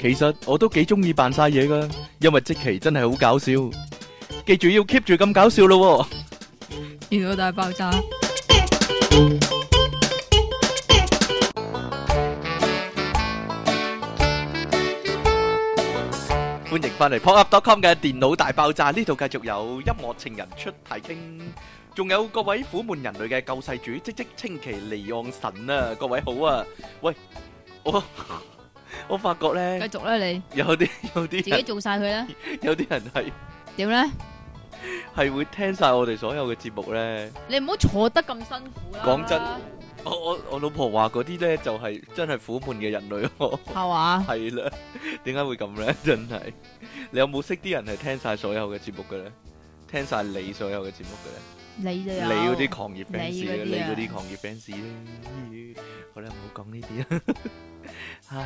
其實我都幾中意扮晒嘢噶，因為即期真係好搞笑。記住要 keep 住咁搞笑咯電腦大爆炸，喎！歡迎翻嚟 popup.com 嘅電腦大爆炸，呢度繼續有音樂情人出題傾，仲有各位苦悶人類嘅救世主，即即稱其離岸神啊！各位好啊！喂，我 我發覺繼咧，續啦你，有啲有啲自己人做晒佢啦。有啲人係點咧？係會聽晒我哋所有嘅節目咧。你唔好坐得咁辛苦啦。講真我我我老婆話嗰啲咧就係、真係苦悶嘅人類咯，係嘛？係啦，點解會咁咧？ 真係，你有冇識啲人係聽晒所有嘅節目嘅咧？聽晒你所有嘅節目嘅你就咧？有你嗰啲狂熱 fans 咧，你你嗰啲啊嗰啲狂熱 fans 咧，好啦，唔好講呢啲啦。 唉，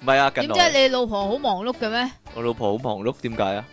唔係啊，近點知來你老婆好忙碌嘅咩？我老婆好忙碌，點解啊？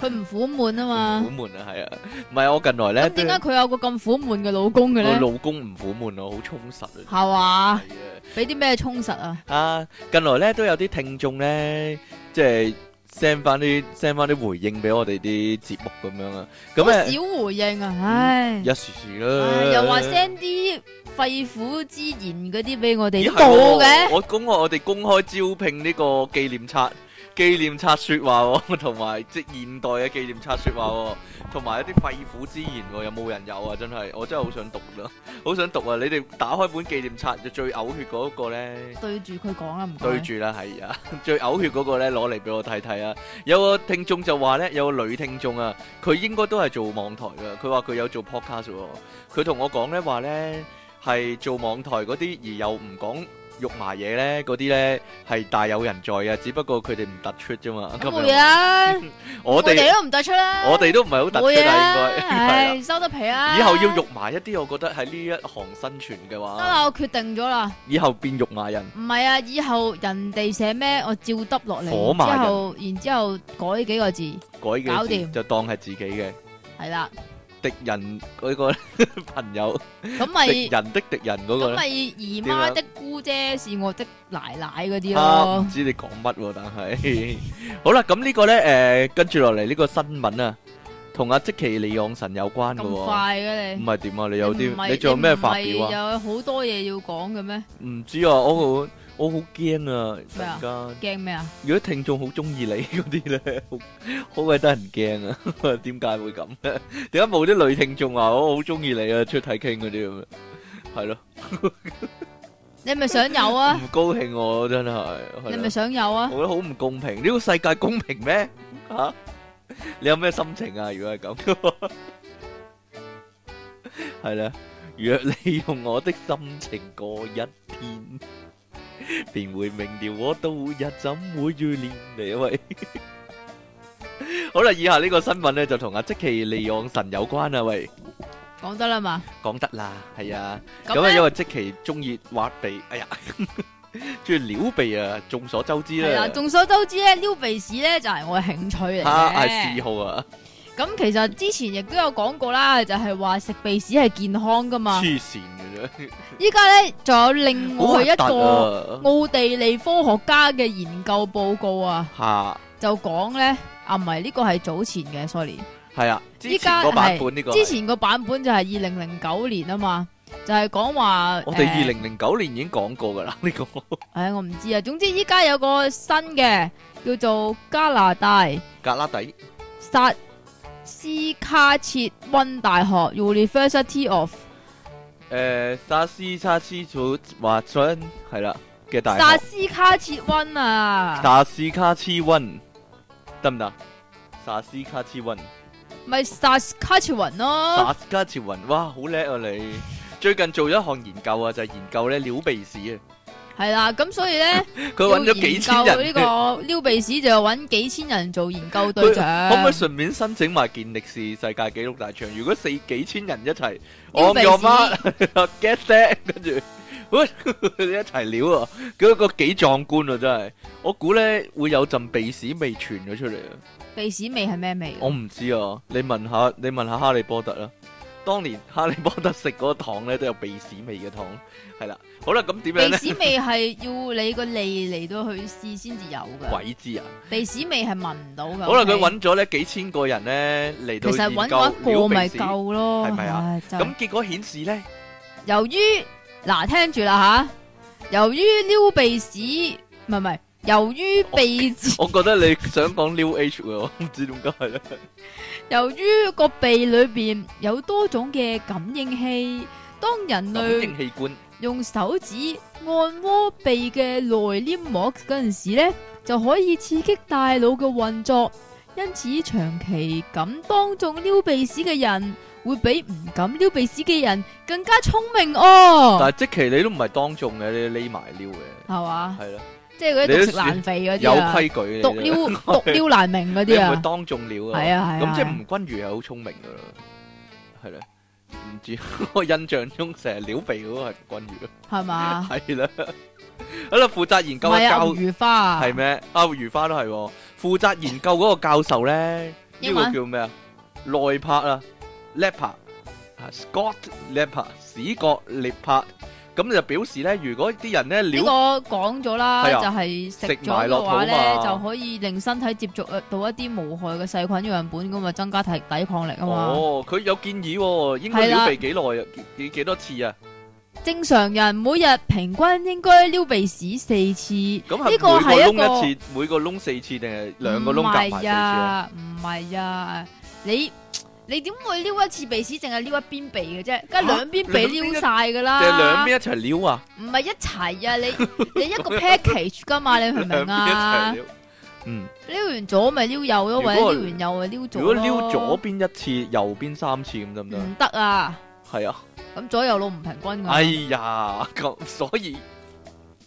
佢唔苦悶啊苦嘛。悶啊，係啊，唔係啊我近來咧咁點解佢有個咁苦悶嘅老公嘅都我咧？老公唔苦悶啊，好充實啊，係嘛？係啊。俾啲咩充實啊？啊，近來咧都有啲聽眾咧，即係 send 翻啲 send 翻啲回應俾我哋啲節目咁樣啊。好咁咧少回應啊！唉，一時時唉啦，啊又話 send 啲肺腑之言嗰啲俾我哋咦都係冇喎嘅。我公我哋公開招聘呢個紀念冊。紀念冊説話喎，同埋即係現代嘅紀念冊説話喎，同埋一啲肺腑之言喎，有冇人有啊？真係，我真係好想讀啦，好想讀啊！你哋打開本紀念冊就最嘔血嗰個咧。對住佢講啦，唔該對。住啦，係啊， 最嘔血嗰個咧攞嚟俾我睇睇啊！有個聽眾就話咧，有個女聽眾啊，佢應該都係做網台噶，佢話佢有做 podcast 喎，佢同我講咧話咧係做網台嗰啲，而又唔講肉麻嘢咧，嗰啲咧係大有人在啊，只不過佢哋唔突出啫嘛。咁冇樣嘢啊，我我哋哋都唔得出啦。我哋都唔係好突冇出嘢啊，應該 係啦唉，收得皮啊！以後要肉麻一啲，我覺得喺呢一行生存嘅得話，啦，我決定咗啦。以後變肉麻人。唔係啊，以後人哋寫咩，我照耷落嚟。火麻人之後，然之後改幾個字，改搞幾字掂就當係自己嘅。係啦。敵人嗰個 朋友，咁敵咪人的敵人嗰個咁咧，咪姨媽的姑姐是我的奶奶嗰啲啊咯唔。知你講乜喎，但係 好啦，咁呢個咧誒，跟住落嚟呢個新聞啊，同阿積淇離岸神有關嘅咁喎，快嘅唔你？係點啊？你有唔係啲你仲有咩發你唔表係啊？有好多嘢要講嘅咩？唔知啊，我好我好驚啊！突咩然啊間，驚咩啊？如果聽眾好中意你嗰啲咧， 好好鬼得人驚啊！ 點解會咁咧？點解冇啲女聽眾話我好中意你啊？出體傾嗰啲咁樣，係咯，你咪想有啊？唔高興我真係，嗯係你咯咪想有啊？我覺得好唔公平，呢個世界公平咩？吓，你有咩心情啊？如果係咁，係啦。若你用我的心情過一天，便會明瞭我度日怎會遇念你啊喂。好啦，以下呢個新聞咧就同阿積淇離岸神有關啊喂，講得啦嘛？講得啦，係啊。咁咁啊，因咧為積淇中意挖鼻，哎呀，中意撩鼻啊，眾所周知係啦，啦。眾所周知咧，撩鼻屎咧就係我嘅興趣嚟啊，嘅。係嗜好啊，咁其實之前亦都有講過啦，就係話食鼻屎係健康噶嘛。黐線嘅啫，依家咧仲有另好外一個核突啊奧地利科學家嘅研究報告啊，啊，就講咧啊，唔係呢個係早前嘅，sorry，嚇，係啊，之依前家個版本呢個係，之前個版本就係二零零九年啊嘛，就係講話我哋呃二零零九年已經講過㗎啦，呢個唉我唔知啊，總之依家有個新嘅叫做加拿大格拉底薩斯卡切溫大學 University of 誒沙斯沙斯祖華春係啦嘅大薩學，斯卡切溫啊。沙斯卡斯温得唔得？沙斯卡斯温，咪 Saskatchewan 咯，沙斯卡斯雲，哇，好叻啊你！最近做咗一項研究啊，就係研究咧撩鼻屎啊，系啦，咁所以 咧，佢揾咗幾千要研人究。啊呢個撩鼻屎就要揾幾千人做研究佢對象，可唔可以順便申請埋健力士世界紀錄大場？如果四幾千人一齊，撩我鼻我屎媽 get that，跟住 喂一齊撩啊！嗰、個幾壯觀啊！真係，我估咧會有陣鼻屎味傳咗出嚟啊！鼻屎味係咩味？à? 我唔知啊，你問下你問下哈利波特啦，當年哈利波特食嗰個糖咧都有鼻屎味嘅糖，係啦。好啦，咁點樣鼻咧？屎味係要你個脷嚟到去試先至有㗎，鬼知啊！鼻屎味係聞唔到㗎。好啦，佢 OK 揾咗咧幾千個人咧嚟其到實研揾嗰究一個撩咪鼻屎，夠咯，係咪啊唉？真係咁結果顯示咧。由於嗱聽住啦吓，由於撩鼻屎唔係唔係，由於鼻子我覺得你想講 New Age 喎，我唔知點解咧。由於個鼻裏邊有多種嘅感應器，當人感類應器官用手指按摩鼻嘅內黏膜嗰陣時咧，就可以刺激大腦嘅運作。因此，長期咁當眾撩鼻屎嘅人，會比唔敢撩鼻屎嘅人更加聰明哦，但係即期你都唔係當眾嘅，你匿埋撩嘅，係嘛？係啦，即係嗰你啲都獨食難肥嗰有啲啊，規矩獨你撩獨撩難明 嗰你啲唔會啊，當眾撩啊？係啊係啊，咁即係吳君如係好聰明噶啦，係啦，唔知 我印象中成日撩鼻嗰個係吳君如係嘛？啊，係啦，好啦，負責研唔究係嘅啊，教吳如花啊，係咩？啊，如花都係喎，負責研究嗰個教授咧，呢英個文叫咩啊？內帕啊 l e p a 啊，Scott l e p a 史國列帕，咁就表示咧，如果啲人咧呢撩個講咗啦，係就啊係食食埋咗落嘅肚話咧，嘛就可以令身體接觸呃到一啲無害嘅細菌樣本，咁啊增加抵抵抗力啊嘛。哦，佢有建議喎，應該係撩啦鼻幾耐啊？幾幾幾多次啊？正常人每日平均應該撩鼻屎四次，咁呢個係係每一個窿個一次，每個窿四次定係兩個窿夾埋唔四係次啊？啊，唔係啊，你。你點會撩一次鼻屎，淨係撩一邊鼻嘅啫？梗係嚇兩邊鼻撩晒㗎定啦。係兩邊一齊撩啊？唔係一齊啊！你你一個 package 噶嘛，你明唔 兩明邊一齊啊？撩。嗯，撩完左咪撩右咯，如果或者撩完右咪撩左如咯果撩左邊一次，右邊三次咁得唔得啊？唔得啊，係啊，咁左右腦唔平均哎噶。呀，咁所以。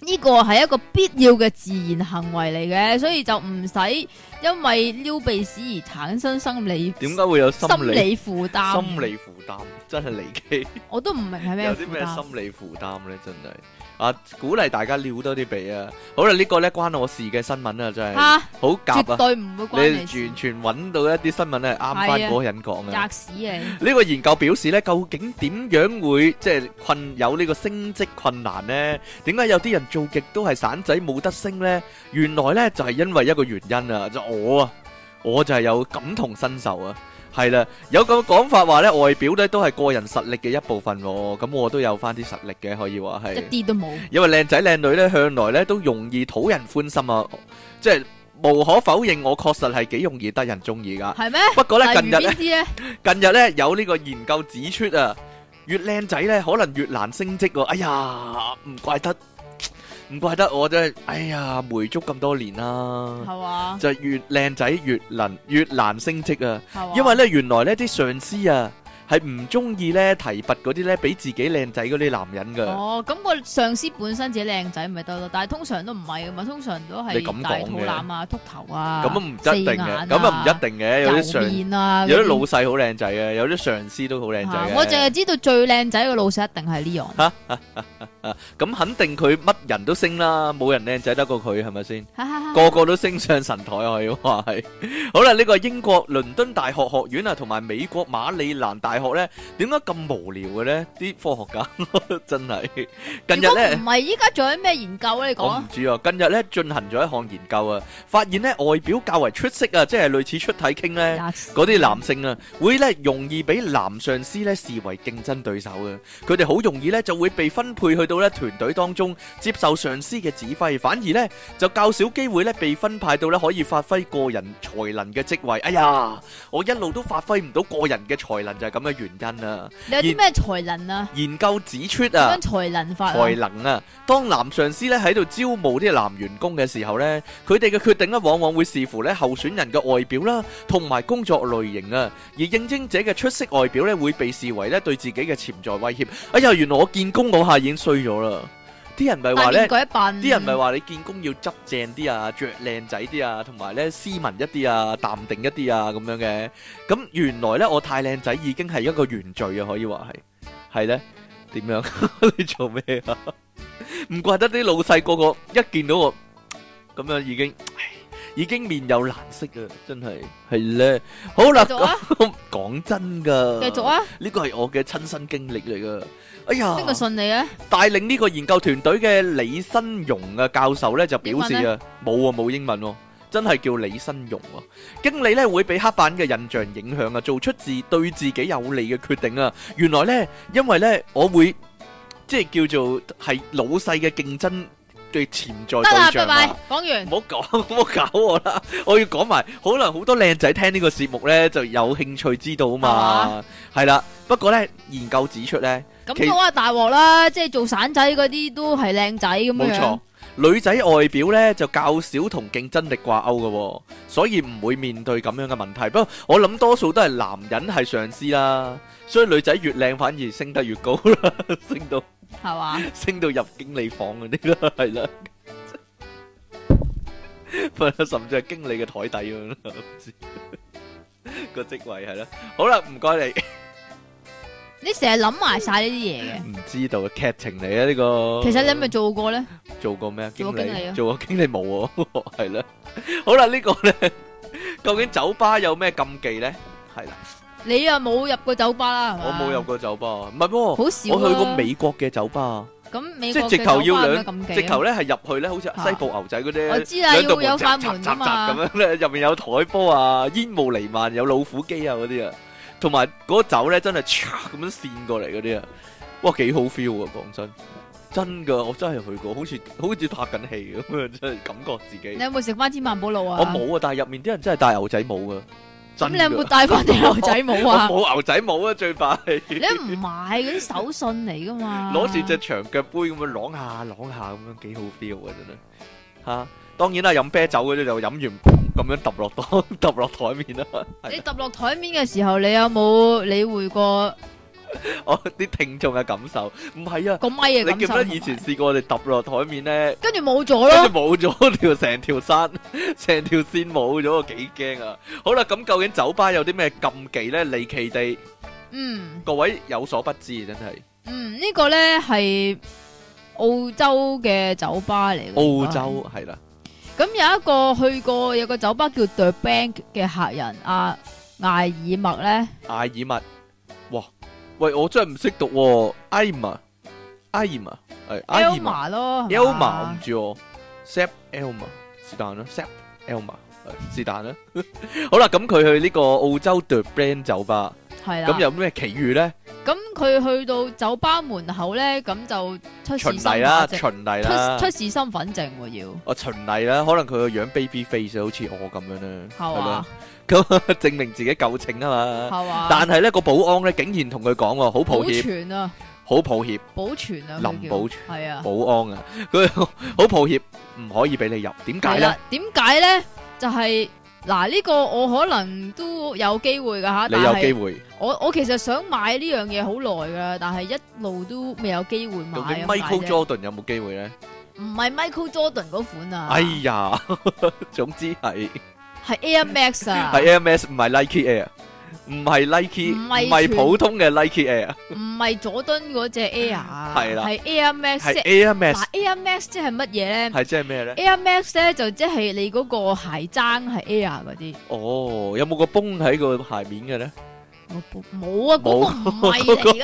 呢個係一個必要嘅自然行為嚟嘅，所以就唔使因為撩鼻屎而產生生理點解會有心心理理負擔。心理負擔？真係離奇，我都唔明係咩 有啲負咩擔。心理負擔咧？真係啊！鼓勵大家撩多啲鼻啊！好啦，呢個咧關我事嘅新聞啊，真係吓，好夾絕啊！對唔會你關你事完全揾到一啲新聞咧啱翻係啊嗰個人講啊！吔屎你。呢個研究表示咧，究竟點樣會即係困有呢個升職困難呢？點解有啲人做極都係散仔冇得升呢？原來呢，就係、因為一個原因啊，就我啊，我就係有感同身受啊。係啦，有個講法話呢，外表呢都係個人實力嘅一部分喎。咁我都有翻啲實力嘅，可以話一係。啲都冇，因為靚仔靚女咧，向來咧都容易討人歡心啊，即係無可否認，我確實係幾容易得人中意噶。係咩？不過呢，例啊近日如呢邊。啲咧？近日咧有呢個研究指出啊，越靚仔咧可能越難升職喎。哎呀，唔怪得，唔怪得我真係，哎呀，梅足咁多年啦，係嘛？就係越靚仔越能越難升職啊。係嘛因為咧原來呢啲上司啊係唔中意咧提拔嗰啲咧比自己靚仔嗰啲男人噶。哦，咁個上司本身自己靚仔咪得咯，但係通常都唔係噶嘛，通常都你咁係講大嘅肚腩啊、秃頭啊、咁啊唔一定嘅，咁啊唔一定嘅，定有啲上面啊，有啲嗰老細好靚仔嘅，有啲上司都好靚仔啊嘅。我淨係知道最靚仔嘅老細一定 係 Leon，咁肯定佢乜人都升啦，冇人靚仔得過佢，係咪先？哈哈哈個個都升上神台啊！要話係，好啦，呢個英國倫敦大學學院啊，同埋美國馬里蘭大學咧，點解咁無聊嘅咧？啲科學家 真係近如日果咧唔。係依家做緊咩研究咧？你講我唔啊知啊，近日咧進行咗一項研究啊，發現咧外表較為出色啊，即係類似出體傾咧，嗰啲男性啊，會咧容易俾男上司咧視為競爭對手嘅，佢哋好容易咧就會被分配去到咧團隊當中，接受上司嘅指揮，反而咧就較少機會咧被分派到咧可以發揮個人才能嘅職位。哎呀，我一路都發揮唔到個人嘅才能就係咁嘅原因啊！你有啲咩才能啊？研究指出點啊樣。才能法啊才？能啊！當男上司咧喺度招募啲男員工嘅時候咧，佢哋嘅決定咧往往會視乎咧候選人嘅外表啦，同埋工作類型啊。而應徵者嘅出色外表咧，會被視為咧對自己嘅潛在威脅。哎呀，原來我見工嗰下已經衰咗啦！啲人咪話但咧面，具一笨，啲人咪 話你見工要執正啲啊，着靚仔啲啊，同埋咧斯文一啲啊，淡定一啲啊咁樣嘅。咁原來咧我太靚仔已經係一個原罪啊，可以話係係咧點樣？你做咩啊？唔怪得啲老細個個一見到我咁樣已經唉已經面有難色啊！真係係咧，好啦，繼續啊，講真噶，繼續，啊，呢個係我嘅親身經歷嚟噶。哎呀，邊個信你啊？帶領呢個研究團隊嘅李新容嘅教授咧就表示英啊，冇啊冇英文喎、真係叫李新容啊！經理咧會俾黑板嘅印象影響啊，做出自對自己有利嘅決定啊。原來咧，因為咧，我會即係叫做係老細嘅競爭嘅潛得在啦，對象拜啊拜。，講完。唔好講， 唔好搞我啦！我要講埋，可能好多靚仔聽呢個節目咧就有興趣知道啊嘛。係啦，不過咧研究指出咧。其咁都話大鑊啦，即係做散仔嗰啲都係靚仔咁冇樣錯樣。，女仔外表呢就較少同競爭力掛鈎嘅喎，所以唔會面對咁樣嘅問題。不過我諗多數都係男人係上司啦，所以女仔越靚反而升得越高啦， 升到係嘛？升到入經理房嗰啲啦， 係啦。不過甚至係經理嘅台底咁樣啦，唔知 個職位係啦。好啦，唔該你，你成日諗埋晒呢啲嘢嘅，唔知道劇情嚟啊呢個。其實你係咪做過咧？做過咩？經做過經理理啊做過經理冇喎， 係啦。好啦，呢個咧，究竟酒吧有咩禁忌咧？係啦，你啊冇入過酒吧啦，係嘛我冇入，過酒吧，唔係喎，好少啊。我去過美國嘅酒吧，咁美即國係嘅直頭酒吧要有兩咩禁忌啊直頭咧係入去咧，好似啊西部牛仔嗰啲我呢，知啦，要兩道門有閘塊門閘噶閘嘛。咁樣咧，入面有台波啊，煙霧瀰漫，有老虎機啊嗰啲啊，同埋嗰酒咧真係唰咁樣跣過嚟嗰啲啊，哇幾好 feel 啊！講真，真噶，我真係去過，好似好似拍緊戲咁樣，真係感覺自己你。有冇食翻天萬寶路啊？我。冇啊，但係入面啲人真係戴牛仔帽噶，咁真你有冇㗎帶翻啲牛仔帽 我啊？冇牛仔帽啊，最 快你唔買嗰啲手信嚟噶嘛？攞住隻長腳杯咁樣啷下啷下咁樣，幾好 feel 啊！真係吓，當然啦，飲啤酒嗰啲就飲完咁樣揼落檔 揼落台面啦。係 你揼落台面嘅時候，你有冇理會過我啲聽眾嘅感受唔係啊，個咪嘅你感記唔記受得同埋？以前試過我哋揼落台面咧？跟住冇咗跟咯，住冇咗條成條山， 成條線冇咗，幾驚啊！好啦，咁究竟酒吧有啲咩禁忌咧？離奇地，嗯各位有所不知，真係。嗯，呢個咧係澳洲嘅酒吧嚟嘅。澳洲係啦，咁有一個去過有個酒吧叫 The Bank 嘅客人阿艾爾默咧，艾爾麥，哇，喂，我真係唔識讀喎，艾麥，艾麥，係艾爾麥 Elma 咯係，Elma 我嘛唔知喎，Sep Elma 是但啦，Sep Elma 係是但啦。 好啦，咁佢去呢個澳洲 The Brand 酒吧，係啦咁。有咩奇遇咧？咁佢去到酒吧門口咧，咁就出示循身例啦，份證循例啦出，出示身份證喎要我循例啦，可能佢個樣 baby face 好似我咁樣啦，係係嘛啦， 咁證明自己夠稱啊嘛。係嘛，但係咧個保安咧竟然同佢講喎，好抱保歉，存啊好抱歉。保存啊林保存係啊保安啊，佢 好抱歉，唔可以俾你入，點解係咧啦？，點解咧就係嗱呢個我可能都有機會噶吓，你但有機係會，我我其實想買呢樣嘢好耐噶啦，但係一路都未有機會買究竟咁解 Michael 啫。 Jordan 有冇機會咧？唔係 Michael Jordan 嗰款啊，哎呀， 總之係係 Air Max 啊， 係 AMS 唔係 Nike Air，唔係唔 Nike，係唔係全普通嘅 Nike Air，唔係佐敦嗰只 Air，啊 係啦係 Air Max 即係係 AMS，嗱 Air Max 即係乜嘢咧？係即係咩咧？ Air Max 咧就即係你嗰個鞋踭係 Air 嗰啲，哦，有冇個崩喺個鞋面嘅咧？我冇冇啊，嗰個唔係嚟噶低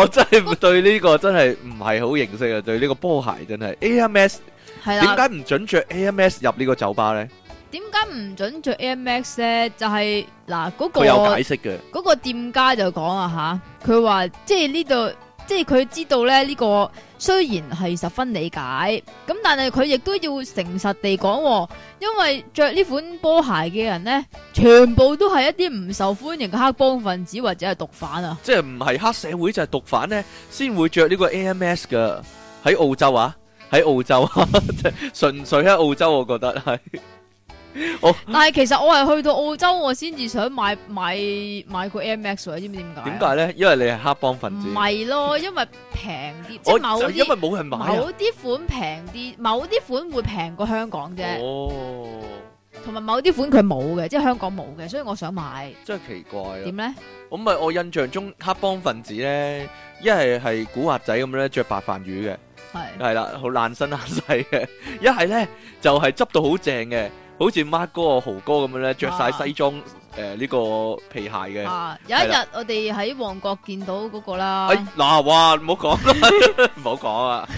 我真係對呢個真係唔係好認識啊！對呢個波鞋真係 AMS，係點啦。解唔準着 AMS 入呢個酒吧咧？點解唔準着 Air Max 咧？就係嗱嗰個佢有解釋嘅，嗰個店家就講啊吓，佢話即係呢度，即係佢知道咧呢個雖然係十分理解，咁但係佢亦都要誠實地講喎，因為着呢款波鞋嘅人咧，全部都係一啲唔受歡迎嘅黑幫分子或者係毒販啊。即係唔係黑社會就係毒販咧，先會着呢個 AMS 噶。喺澳洲啊，喺澳洲啊， 即係純粹喺澳洲，我覺得係嗯但係其實我係去到澳洲，我先至想買買買個 Air Max 喎，知唔知點解啊？點解咧？因為你係黑幫分子唔，係咯，因為平啲，即我係某就因為啲冇人買啊。某啲款平啲，某啲款會平過香港啫，哦，同埋某啲款佢冇嘅，即係香港冇嘅，所以我想買。真係奇怪啊點！咧？咁咪我印象中黑幫分子咧，一係係古惑仔咁樣咧，着白飯魚嘅。係係啦，好爛身爛世嘅。一係咧就係、執到好正嘅，好似 Mark 哥、豪哥咁樣咧，着晒啊西裝诶呢個皮鞋嘅。啊，有一係日我哋喺旺角見到嗰個啦哎，嗱，哇，唔好講啦， 唔好講啊，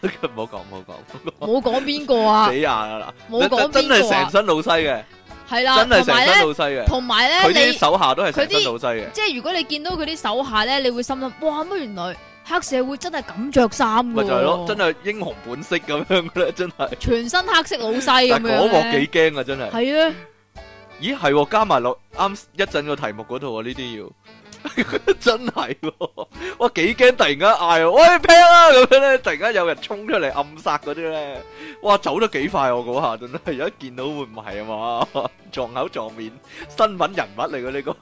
唔好講，唔好冇講邊個啊講，，死硬啦！冇講真邊係個成啊，身老西嘅，係啦，真係同成埋身咧，老西嘅，同埋佢咧，啲你手下都係成身佢啲老西嘅。即係如果你見到佢啲手下咧，你會心諗，哇乜原來黑社會真係咁着衫㗎咪就係咯，喎，真係英雄本色咁樣嘅咧，真係。全身黑色老細咁但嗰樣幕咧幾，驚啊，真係。係啊。咦，係喎，加埋落啱一陣個題目嗰度啊，呢啲要 真係喎，哇幾驚！突然間嗌啊，喂劈啦咁樣咧，突然間有人衝出嚟暗殺嗰啲咧，哇走得幾快我嗰下真係，有一見到會唔係啊嘛， 撞口撞面，新聞人物嚟嘅呢個，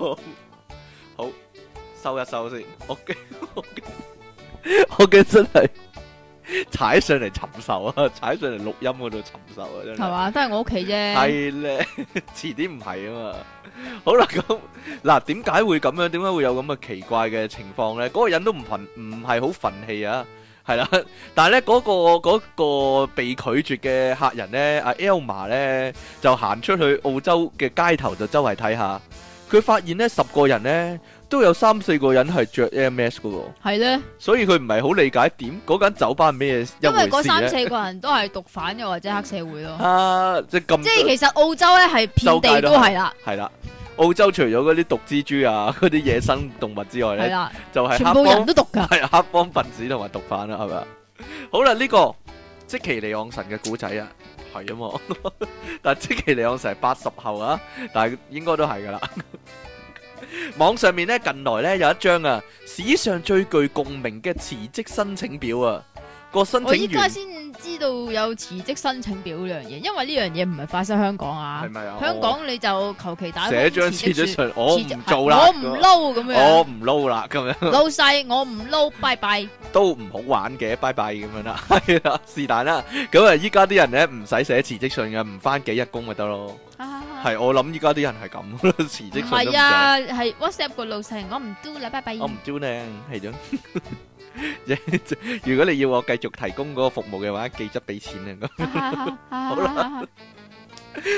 好收一收先，我驚 我驚我驚真係踩上嚟尋仇啊，踩上嚟錄音嗰度尋仇啊，真係系。嘛，都系我屋企啫。系 咧，遲啲唔係啊嘛。好啦，咁嗱，點解會咁樣？點解會有咁嘅奇怪嘅情況咧？嗰、個人都唔憤，唔係好憤氣啊，係 啦。但係咧，嗰、個嗰、個被拒絕嘅客人咧，阿 à, Elma 咧就行出去澳洲嘅街頭就周圍睇下，佢發現咧十個人咧都有三四個人係着 MS 噶喎，系咧，所以佢唔係好理解點嗰間酒吧係咩一因為回嗰事三咧。四個人都係毒販又或者黑社 會咯。啊，即係咁即係其實澳洲咧係遍地都係啦，系啦，澳洲除咗嗰啲毒蜘蛛啊、 嗰啲野生動物之外係咧，啦，就 係全部黑人幫都毒㗎。系黑幫分子同埋毒販啦，係咪啊？好啦，呢、個即奇利昂神嘅古仔啊，係啊嘛， 但係即奇利昂神係八十後啊，但係應該都係噶啦。 網上面咧近來咧有一張啊，史上最具共鳴嘅辭職申請表啊，個申我依請家員先知道有辭職申請表呢樣嘢，因為呢樣嘢唔係發生香港啊係。咪啊？香港你就求其打我封寫張辭辭職職書，信，我辭唔職啊做啦，我唔撈咁我樣，唔撈啦，咁樣。老細我唔撈，拜拜。都唔好玩嘅，拜拜咁樣啦， 係啦，是但啦。咁啊，依家啲人咧唔使寫辭職信嘅，唔翻幾日工咪得咯。係係我諗依家啲人係咁， 辭職啊唔信都唔係寫。啊？係 WhatsApp 個老細，我唔 do 啦，拜拜。啊我唔招咧，係 咗。如果你要我繼續提供嗰個服務嘅話，記得俾錢啊！好啦。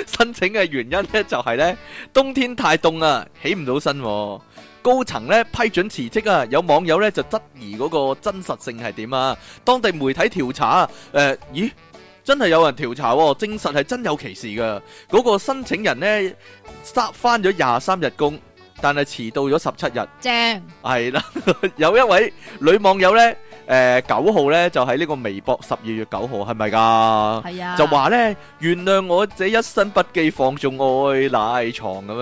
申請嘅原因咧就係咧冬天太凍啊，起唔到身、喎。高層咧批准辭職啊，有網友咧就質疑嗰個真實性係點啊？當地媒體調查啊，誒、咦，真係有人調查喎、證實係真有其事噶。嗰、個申請人咧，翻翻咗廿三日工，但係遲到咗十七日。正。系啦， 有一位女網友咧，诶九號咧就喺呢個微博十二月九號係咪㗎？系 啊，就話咧原諒我這一身不羈放縱愛賴床咁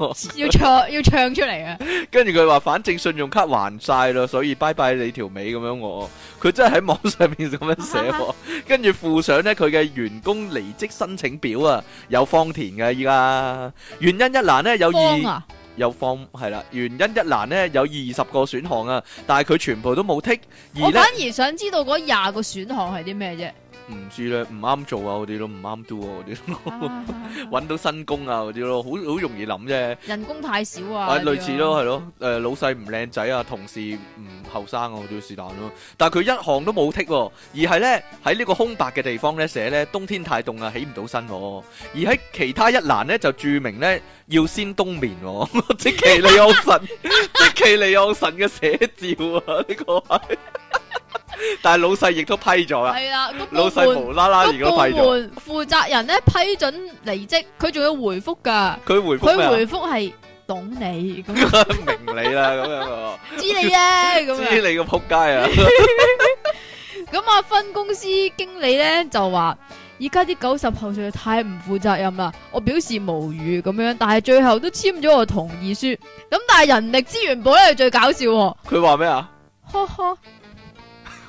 樣，要唱要唱出嚟啊！ 跟住佢話反正信用卡還晒啦，所以拜拜你條尾咁樣我，佢真係喺網上面咁樣寫喎，跟住附上咧佢嘅員工離職申請表啊，有方田嘅依家，原因一欄咧有二方。啊，有方係啦，原因一欄呢有二十個選項啊，但係佢全部都冇剔，而我呢反而想知道嗰廿個選項係啲咩 啫唔知咧唔啱做啊，嗰啲咯唔啱 do 啊，嗰啲咯啊？揾到新工啊，嗰啲咯，好好容易諗啫，人工太少啊啊，類似咯係咯，誒老細唔靚仔啊，同事唔後生啊，嗰啲是但咯，但係佢一項都冇剔喎，而係呢，喺呢個空白嘅地方呢寫呢冬天太凍啊，起唔到身喎，而喺其他一欄呢，就注明呢要先冬眠喎， 即其利昂神。 即其利昂神嘅寫照啊！呢、個係， 但係老細亦都批咗啦，係啦，個啊老部細門無啦啦亦個都部批咗，門負責人咧批准離職，佢仲要回覆㗎，佢回覆佢咩回覆係懂你 咁，啊？明你啦，咁樣啊，知你啫咁樣。知你個仆街 啊！咁啊，分公司經理咧就話：而家啲九十後實在太唔負責任啦，我表示無語咁樣，但係最後都簽咗個同意書。咁但係人力資源部咧最搞笑、喎，佢話咩啊？呵呵，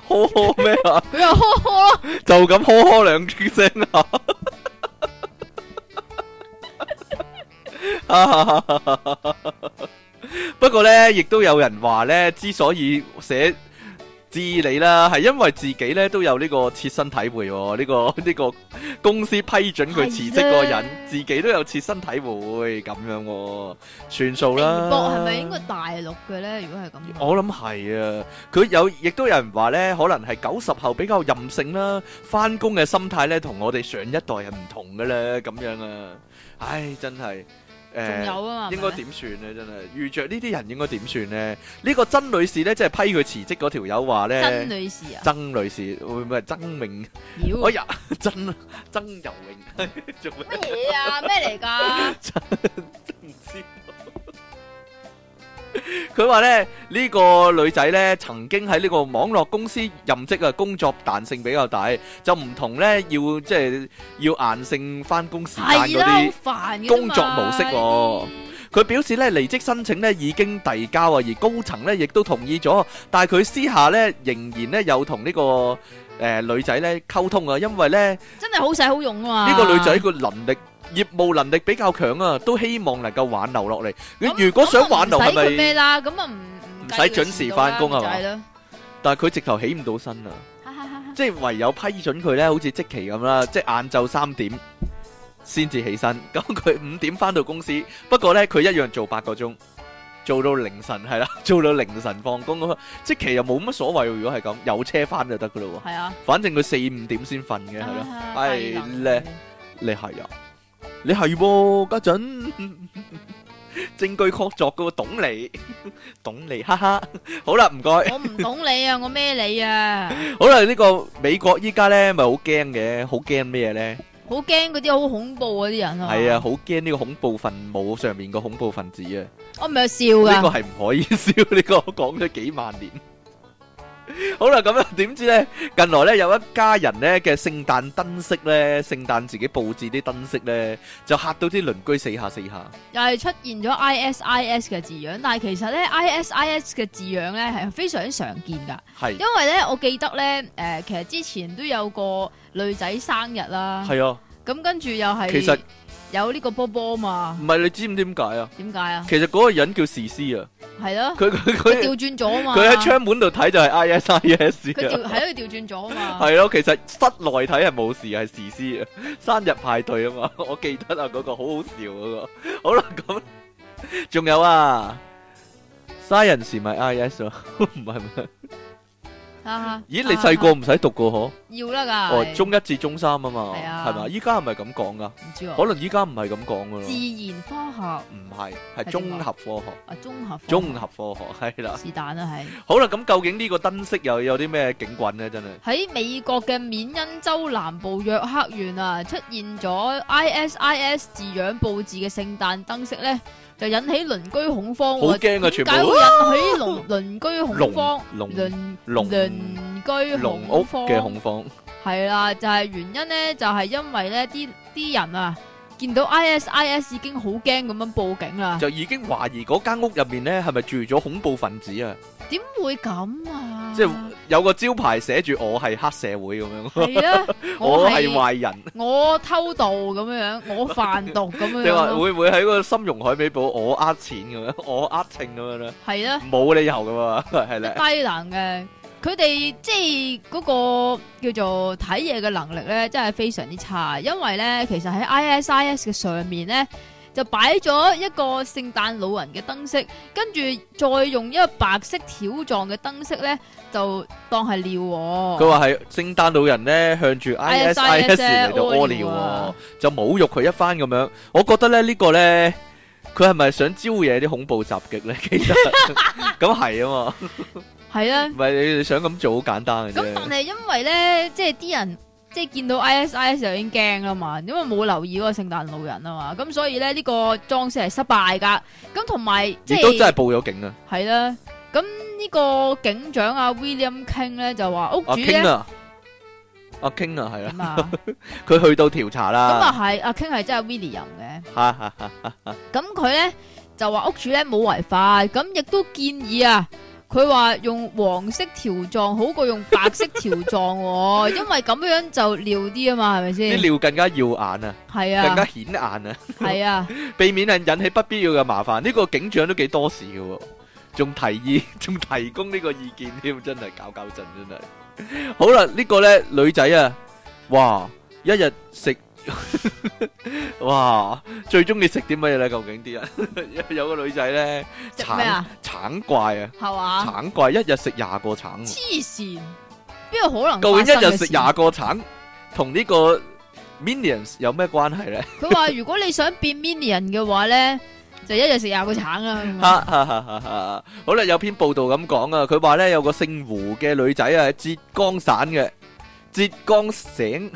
呵呵咩啊？佢又呵呵咯， 就咁呵呵兩聲啊！啊 不過呢，亦都有人話呢，之所以寫知你啦，係因為自己咧都有呢個切身體會喎，呢、個 呢、個公司批准佢辭職嗰個係人咧，自己都有切身體會咁樣喎，算數啦。微博係咪應該大陸嘅咧？如果係咁，我諗係啊，佢有亦都有人話呢，可能係九十後比較任性啦，翻工嘅心態呢，同我哋上一代係唔同嘅咧，咁樣啊，唉，真係仲誒，有啊嘛，應該點算呢？真係遇着呢啲人應該點算呢？呢個曾女士呢，即係批佢辭職嗰條友話真呢，女士啊？曾女士會唔會係曾永？妖啊哎呀，曾曾游泳 做咩？乜嘢啊？咩嚟 㗎？唔知道。佢話咧呢、個女仔咧曾經喺呢個網絡公司任職啊，工作彈性比較大，就唔同咧要即係要硬性翻工時間係嗰啦，好啲。煩嘅啫嘛工作模式喎佢表示咧離職申請咧已經遞交啊，而高層咧亦都同意咗，但係佢私下咧仍然咧有同呢、個誒、呃女仔咧溝通啊，因為咧。真係好使好用啊嘛！呢個女仔個能力、業務能力比較強啊，都希望能夠挽留落嚟。咁如果想挽留咁係我唔使佢咪？咩啦？咁啊唔唔計唔使準時返工係嘛佢遲到啦但係佢直頭起唔到身啊，咪即係唯有批准佢呢，好似即期咁啦，即係晏晝三點先至起身。 咁佢五點翻到公司，不過呢，佢一樣做八個鐘，做到凌晨係啦， 做到凌晨放工咁啊。即期又冇乜所謂喎，如果係咁，有車翻就得噶咯就係咯，係啊，喎。反正佢四五點先瞓嘅係咯。係咧你係啊，你係喎，家陣 證據確鑿噶，懂你， 懂你，哈哈。好啦，唔該，我唔懂你啊，我咩你啊？好啦，呢個美國依家咧咪好驚嘅，好驚咩咧？好驚嗰啲好恐怖嗰啲人啊！係啊，，好驚呢個恐怖分母上面個恐怖分子啊！我咪有笑呢個噶，係唔可以笑，呢個我講咗幾萬年。好啦，咁樣點知呢？近來呢，有一家人呢嘅聖誕燈飾呢，聖誕自己佈置啲燈飾呢，就嚇到啲鄰居四下四下。又係出現咗 ISIS 嘅字樣，但係其實咧 ISIS 嘅字樣咧係非常之常見噶，係因為咧我記得咧誒、呃其實之前都有個女仔生日啦，係啊，咁跟住又係其實有呢個波波嘛，唔係你知唔知點解啊？點解啊？其實嗰個人叫士師啊，係咯，佢佢佢佢調轉咗啊嘛，佢喺窗門度睇就係 I S I S 佢調係啊，咯，佢調轉咗啊嘛，係咯，其實室內睇係冇事，係士師啊，生日派對啊嘛， 我記得啊，嗰個好好笑嗰個。好啦，咁仲有啊，science 咪 I S 咯， 唔係咩？啊咦，你細個唔使讀過嗬？ 要啦㗎，哦，中一至中三啊嘛，係啊係咪？依家係咪咁講噶？唔知啊可能依家唔係咁講噶咯自，然科學唔係，係係點綜講合科學，啊綜合科學綜合科學係啦。是但啦係。好啦，咁究竟呢個燈飾又有啲咩警棍呢？真係喺美國嘅緬因州南部約克縣啊，出現咗 ISIS 字樣佈置嘅聖誕燈飾咧，就引起鄰居恐慌好喎。驚啊！全點部解會引 起鄰鄰居恐慌？龍鄰龍鄰居龍屋恐嘅慌恐慌，係啦，就係原因咧，就係因為咧啲啲人啊，見到 ISIS 已經好驚咁樣報警啦。就已經懷疑嗰間屋入面呢係咪住咗恐怖分子啊？點會咁啊？即係有個招牌寫住我係黑社會咁樣，係啊， 我我係係壞人。我偷渡咁樣，我販毒咁 樣你話咯。會唔會喺個深融海美堡我呃錢咁樣，我呃秤咁樣咧？系啦，冇理由噶嘛，係咧。低能嘅，佢哋即係嗰個叫做睇嘢嘅能力咧，真係非常之差。因為咧，其實喺 ISIS 嘅上面咧，就擺咗一個聖誕老人嘅燈飾，跟住再用一個白色條狀嘅燈飾咧，就當係尿喎。佢話係聖誕老人咧向住哎 ISIS ISIS 嚟到屙尿屙尿啊喎，就侮辱佢一番咁樣。我覺得咧呢個咧，佢係咪想招惹啲恐怖襲擊咧？ 其 實咁係啊嘛，係啦，唔係啊你你想咁做好簡單嘅咁但啫。係因為咧，即係啲人即係見到 ISIS 就已經驚啦嘛，因為冇留意嗰個聖誕老人啊嘛，咁所以咧呢、呢個裝飾係失敗噶，咁同埋即亦都真係係報咗警啊！係啦，咁呢個警長啊 William King 咧就話屋阿主咧 King 啊，阿 King 啊，係啊，點啊，佢去到調查咁啦啊。係阿 King 係真係 William 嘅。哈哈哈咁佢咧就話屋主咧冇違法，咁亦都建議啊。佢話用黃色條狀好過用白色條狀喎， 因為咁樣就尿啲啊嘛，係咪啲先？尿更加耀眼啊，係更加啊，顯眼啊，係啊， 避免係引起不必要嘅麻煩。呢個警長都幾多事嘅喎，仲提議，仲提供呢個意見添，真係搞搞震，真係。好啦，呢、個呢女仔啊，哇，一日食， 哇，最中意食啲乜嘢呢？究竟啲人 有有個女仔呢，食咩啊？橙怪啊，系嘛？橙怪一日食廿個橙喎，黐線，邊有可能？究竟一日食廿？廿個橙同呢個 Minions 有咩關係呢？佢話如果你想變 minion 嘅話咧，就一日食廿個橙啊啦。咁樣哈哈哈哈哈！好啦，有篇報道咁講啊，佢話咧有個姓胡嘅女仔啊，喺浙江省嘅浙江省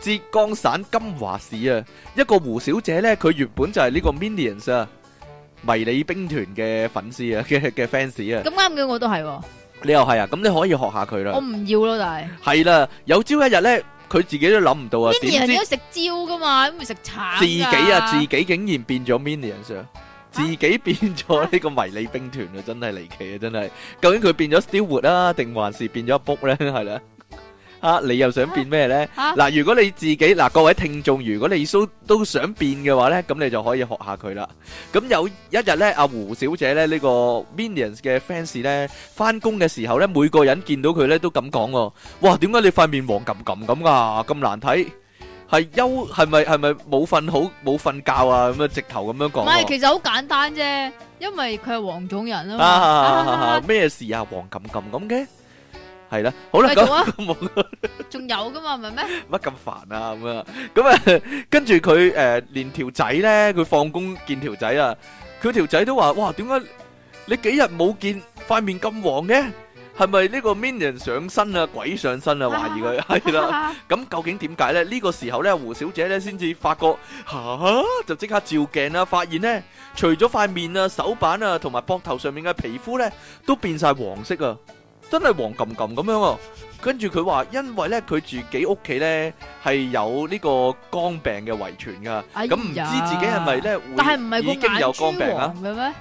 浙江省金華市啊，一個胡小姐咧，佢原本就係呢個 Minions 啊迷你兵團嘅粉絲啊嘅嘅 fans 啊，咁啱嘅我都係喎，你又係啊，咁你可以學下佢我啦，唔要咯，但係係啦，有朝一日咧，佢自己都諗唔到啊，點 minion 知都食蕉噶嘛，咁咪食橙㗎自己啊，自己竟然變咗 Minions 啊！自己變咗呢個迷你兵團啊，真係離奇啊，真係！究竟佢變咗 Stillwood 啊，定還是變咗阿 Book 咧？係啦，啊，你又想變咩咧？嚇嗱，如果你自己嗱，各位聽眾，如果你都都想變嘅話咧，咁你就可以學下佢啦。咁有一日咧，阿胡小姐咧呢個 Minions 嘅 fans 咧，翻工嘅時候咧，每個人見到佢咧都咁講喎，哇，點解你塊面黃咁咁咁噶？咁難睇，係休係咪係咪冇瞓好冇瞓覺啊？咁樣直頭咁樣唔講係，喎。其實好簡單啫，因為佢係黃種人啊嘛。啊啊咩事啊？黃咁咁咁嘅，係啦，好啦，繼續咁啊，冇。仲有噶嘛，唔係咩？乜咁煩啊咁啊，咁啊， 跟住佢誒連條仔咧，佢放工見條仔啊，佢條仔都話：哇，點解你幾日冇見塊面咁黃嘅？係咪呢個 minion 上身啊？鬼上身啊？懷疑佢係啦。咁究竟點解呢？呢、個時候呢，胡小姐呢先至發覺吓、就即刻照鏡啦，發現呢，除咗塊面啊、手板啊同埋膊頭上面嘅皮膚呢，都變晒黃色啊，真係黃冚冚咁樣啊！跟住佢話，因為呢，佢自己屋企呢係有呢個肝病嘅遺傳噶，哎呀咁唔、知自己係咪呢？會但係唔係個已經有眼肝病珠啊？黃嘅咩？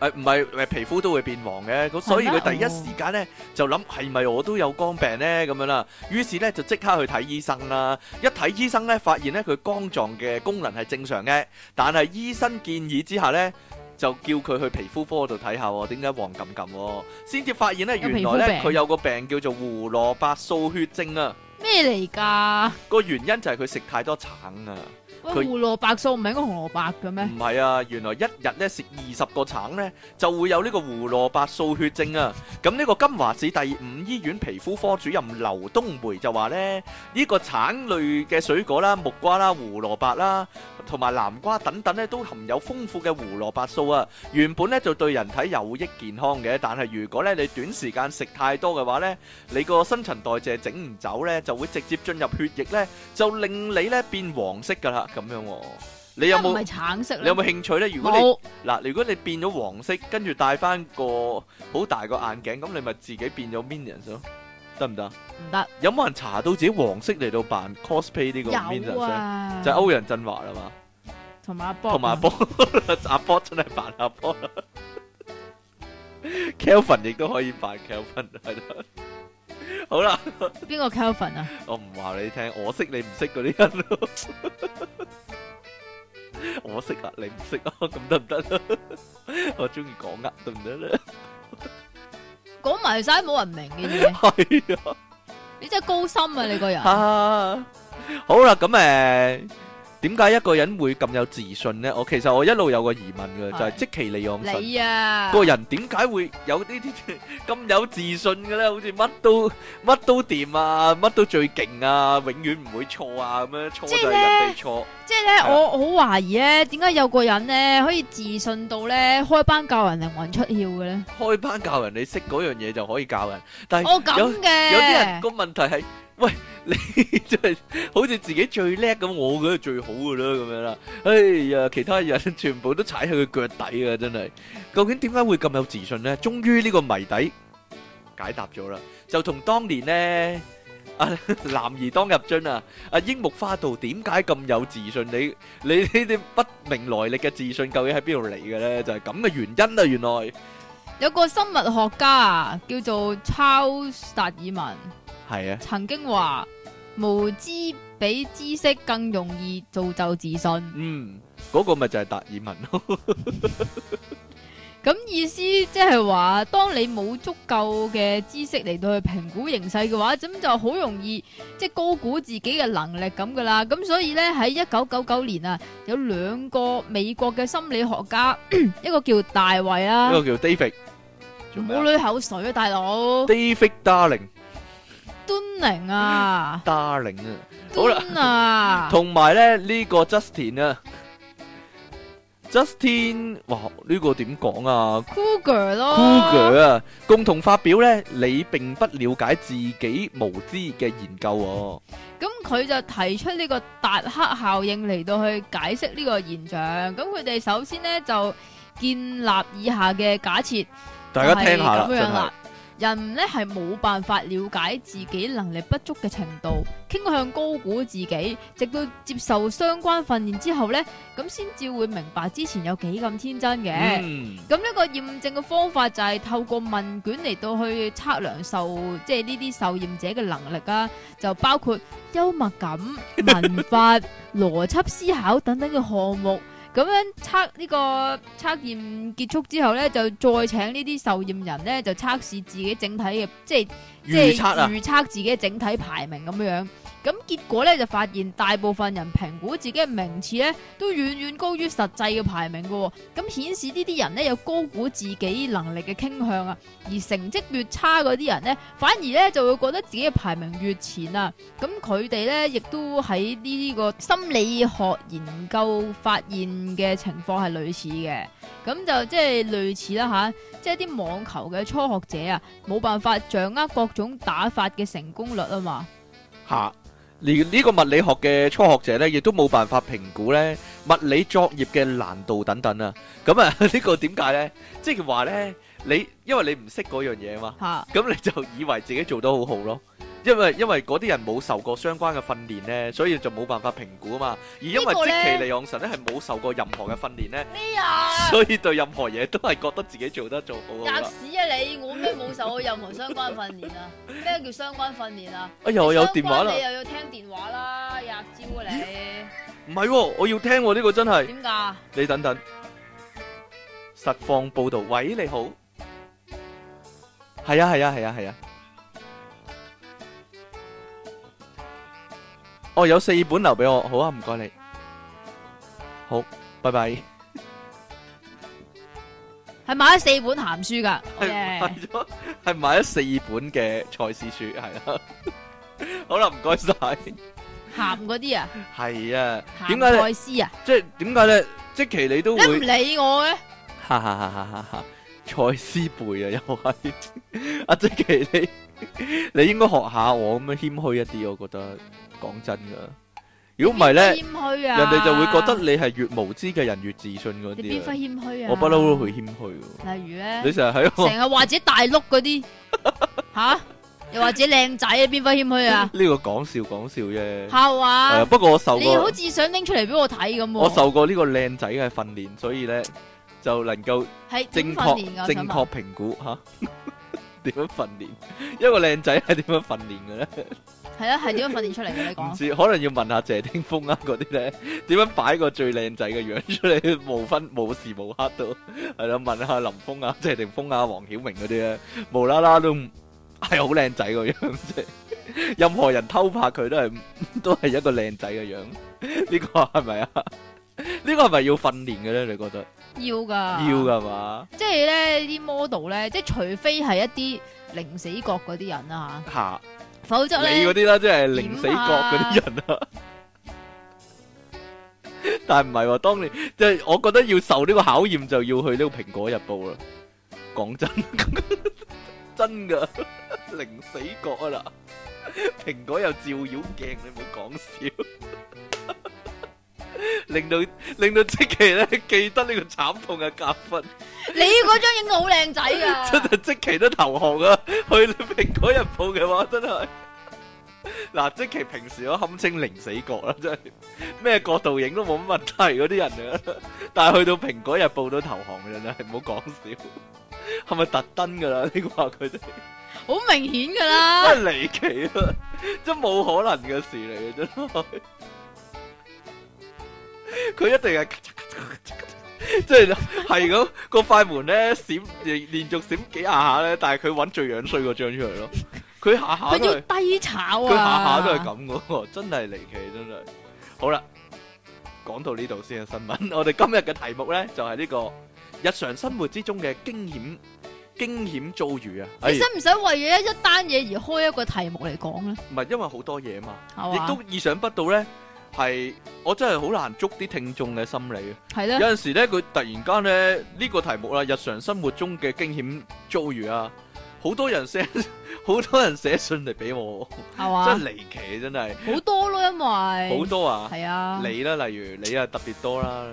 誒唔係誒皮膚都會變黃嘅，咁所以係咩佢第一哦時間咧就諗係咪我都有肝病咧咁樣啦，於是咧就即刻去睇醫生啦。一睇醫生咧，發現咧佢肝臟嘅功能係正常嘅，但係醫生建議之下咧。就叫佢去皮膚科度睇下喎，點解黃冚冚喎？先至發現咧，有原皮來膚咧病佢有個病叫做胡蘿蔔素血症啊，咩嚟㗎？個原因就係佢食太多橙啊。佢喂，胡蘿蔔素唔係應該紅蘿蔔嘅咩？唔係啊，原來一日咧食二十個橙咧，就會有呢個胡蘿蔔素血症啊！咁呢個金華市第五醫院皮膚科主任劉冬梅就話咧，呢、個橙類嘅水果啦、木瓜啦、胡蘿蔔啦，同埋南瓜等等咧，都含有豐富嘅胡蘿蔔素啊！原本咧就對人體有益健康嘅，但係如果咧你短時間食太多嘅話咧，你個新陳代謝整唔走咧，就會直接進入血液咧，就令你咧變黃色㗎啦，咁樣喎、你有有唔冇係？橙色你咧有？冇興趣呢？如果冇你嗱，如果你變咗黃色，跟住戴翻個好大個眼鏡，咁你咪自己變咗 minions 咯，得唔得？唔得，有冇人查到自己黃色嚟到扮 cosplay 呢個 minions 有呢啊，就係歐陽振華啦嘛，同埋阿波，同埋阿波 阿波真係扮阿波 啦。Kelvin 亦都可以扮 Kelvin 係啦。好啦，邊個 Kelvin 啊？我唔話你聽，我識你唔識嗰啲人咯。 我識啊，你唔識啊，咁得唔得？ 我中意講呃，得唔得咧？ 講埋晒冇人明嘅嘢，係你真係高深啊！你個人啊，好啦，咁誒，點解一個人會咁有自信咧？我其實我一路有個疑問嘅，係就係即其利昂神你啊，個人點解會有呢啲 咁有自信嘅咧？好似乜都乜都掂啊，乜都最勁啊，永遠唔會錯啊，咁樣錯即係就係人哋錯，即係咧，係啊我我好懷疑咧，點解有個人咧可以自信到咧開班教人靈魂出竅嘅咧？開班教人你識嗰樣嘢就可以教人，但係。我哦咁嘅，有啲人個問題係，喂，你真係好似自己最叻咁，我覺得最好噶啦咁樣啦。哎呀，其他人全部都踩喺佢腳底啊！真係，究竟點解會咁有自信呢？終於呢個謎底解答咗啦，就同當年呢。啊， 男兒當入樽啊！啊，櫻木花道點解咁有自信？你你呢啲不明來歷嘅自信究竟喺邊度嚟嘅呢？就係咁嘅原因啊！原來有個生物學家啊，叫做超達爾文，係啊，曾經話無知比知識更容易造就自信。嗯，嗰個咪就係達爾文咯。咁意思即系话，当你冇足够嘅知识嚟到去评估形势嘅话，咁就好容易即系高估自己嘅能力咁噶啦。咁所以呢，喺一九九九年啊，有两个美国嘅心理学家， 一个叫大卫啦，呢個叫 David，做咩冇啊女口水啊，大佬 David Darling，Darling 端寧啊！啊，好啦端 啊，同埋咧呢、個 Justin 啊，Justin，哇呢、個點講啊 Cougar 咯？Cougar 啊，共同發表咧，你並不了解自己無知嘅研究、喎。咁佢就提出呢個達克效應嚟到去解釋呢個現象。咁佢哋首先呢，就建立以下嘅假設，大家就係聽下啦，咁真樣係啦。人呢係冇辦法了解自己能力不足嘅程度，傾向高估自己，直到接受相關訓練之後呢，咁先至會明白之前有幾咁天真嘅。嗯，咁呢個驗證嘅方法就係透過問卷嚟到去測量受即係呢啲受驗者嘅能力啊，就包括幽默感、 文法、邏輯思考等等嘅項目。咁樣測呢、個測驗結束之後呢，就再請呢啲受驗人呢，就測試自己整體嘅即係即係預測啊，預測自己嘅整體排名咁樣。咁結果咧就發現大部分人評估自己嘅名次咧都遠遠高於實際嘅排名嘅喎、咁顯示呢啲人咧有高估自己能力嘅傾向啊，而成績越差嗰啲人咧，反而咧就會覺得自己嘅排名越前啊。咁佢哋咧亦都喺呢個心理學研究發現嘅情況係類似嘅，咁就即係類似啦吓，即係啲網球嘅初學者啊，冇辦法掌握各種打法嘅成功率啊嘛。 吓。連呢個物理學嘅初學者咧，亦都冇辦法評估咧物理作業嘅難度等等啊。咁啊，呢個點解咧？即係話咧，你因為你唔識嗰樣嘢嘛。吓，咁你就以為自己做得好好咯。因為因為嗰啲人冇受過相關嘅訓練呢，所以就冇辦法評估啊嘛。而因為呢個即呢其利昂神咧係冇受過任何嘅訓練呢，咩啊？所以對任何嘢都係覺得自己做得做好好吔啦。屎啊你！我咩冇受過任何相關訓 練啊？咩叫相關訓練啊？哎呀，我有電話啦你，又要聽電話啦，吔蕉啊你！唔係喎，我要聽喎呢個真係。點㗎？你等等，實況報導，喂，你好，係啊，係啊，係啊，係啊，哦，有四本留俾我，好啊，唔該你，好，拜拜，係買咗四本鹹書㗎。係 OK 買咗，係買咗四本嘅賽事書，係啦， 好啦，唔該晒，鹹嗰啲啊，係啊，點鹹解咧？賽斯啊，即係點解咧？即期你都你唔會。理我嘅，哈哈哈哈哈哈！蔡思貝啊，又係阿即奇你，你應該學下我咁樣謙虛一啲，我覺得講真噶。如果唔係咧，謙虛啊，人哋就會覺得你係越無知嘅人越自信嗰你邊啲忽啊。謙虛啊？我不嬲都好謙虛㗎，例如咧你，成日喺成我日話自己大碌 嗰啲，吓，又話自己靚仔啊，邊忽謙虛啊？ 呢個講笑講笑啫。係嚇啊，話，不過我受你好過似想拎出嚟俾我睇咁喎。我受過呢個靚仔嘅訓練，所以咧就能夠。係正點訓練㗎？確正確評估吓， 點樣訓練？一個靚仔係點樣訓練嘅咧？係啊，係點樣訓練出嚟嘅？你唔講知，可能要問下謝霆鋒啊嗰啲咧， 點樣擺個最靚仔嘅樣出嚟，無分無時無刻都係啦。問下林峰啊、謝霆鋒啊、黃曉明嗰啲咧，無啦啦都唔係好靚仔個樣，即係 任何人偷拍佢都係 都係一個靚仔嘅樣。呢個係咪啊？呢個係咪要訓練嘅咧？你覺得要㗎，要。噶嘛？即係咧啲 model 咧，即係除非係一啲零死角嗰啲人啦嚇！嚇，否則你嗰咧啲啦，即係零死角嗰啲人啊。但係唔係喎，當你即係我覺得要受呢個考驗，就要去呢個《蘋果日報》啦。講真， 真噶零死角啊啦！蘋果有照妖鏡，你唔好講笑， 令到令到即期咧記得呢個慘痛嘅教訓。你嗰張影好靚仔 㗎，真係即期都投降啊！去蘋果日報嘅話，真係嗱，即期平時都堪稱零死角啦，真係咩角度影都冇乜問題嗰啲人嚟㗎但係去到蘋果日報都投降嘅真係，唔好講笑。係咪特登㗎啦？你話佢哋好明顯㗎啦。真係離奇啊！真冇可能嘅事嚟嘅，真係。佢一定係咔嚓咔嚓咔嚓咔嚓即係係咁個快門咧閃連連續閃幾下下咧，但係佢揾最樣衰嗰張出嚟咯。佢下下佢都係要低炒啊！佢下下都係咁嘅喎，真係離奇，真係。好啦，講到呢度先啊嘅新聞， 我哋今日嘅題目咧就係呢個日常生活之中嘅驚險驚險遭遇啊！哎你，使唔使為咗一單嘢而開一個題目嚟講咧？唔係因為好多嘢嘛，係亦嘛？都意想不到咧，係我真係好難捉啲聽眾嘅心理啊！係咧，有陣時咧，佢突然間咧呢個題目啦，日常生活中嘅驚險遭遇啊，好多人寫 好多人寫信嚟俾我，係真嘛？係離奇，真係好多咯，因好為多啊！係啊，你啦，例如你啊特別多啦，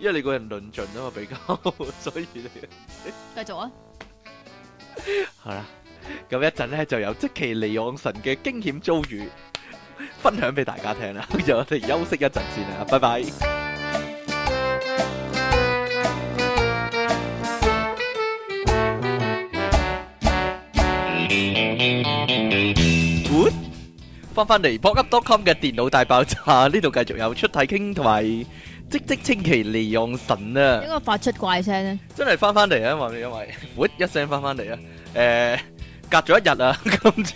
因為你個人論盡啊嘛比較， 所以你繼續啊，係啦。咁一陣咧就由即其利昂神嘅驚險遭遇分享俾大家聽啦。 就我哋休息一陣先啊啦，拜拜。Good，翻翻嚟 p o c c o m 嘅電腦大爆炸呢度繼續有出體傾同埋即即稱其利昂神啊應！該發出怪聲咧，真係翻翻嚟啊！因為 因為，噗一聲翻翻嚟啊！誒、隔咗一日啊， 今次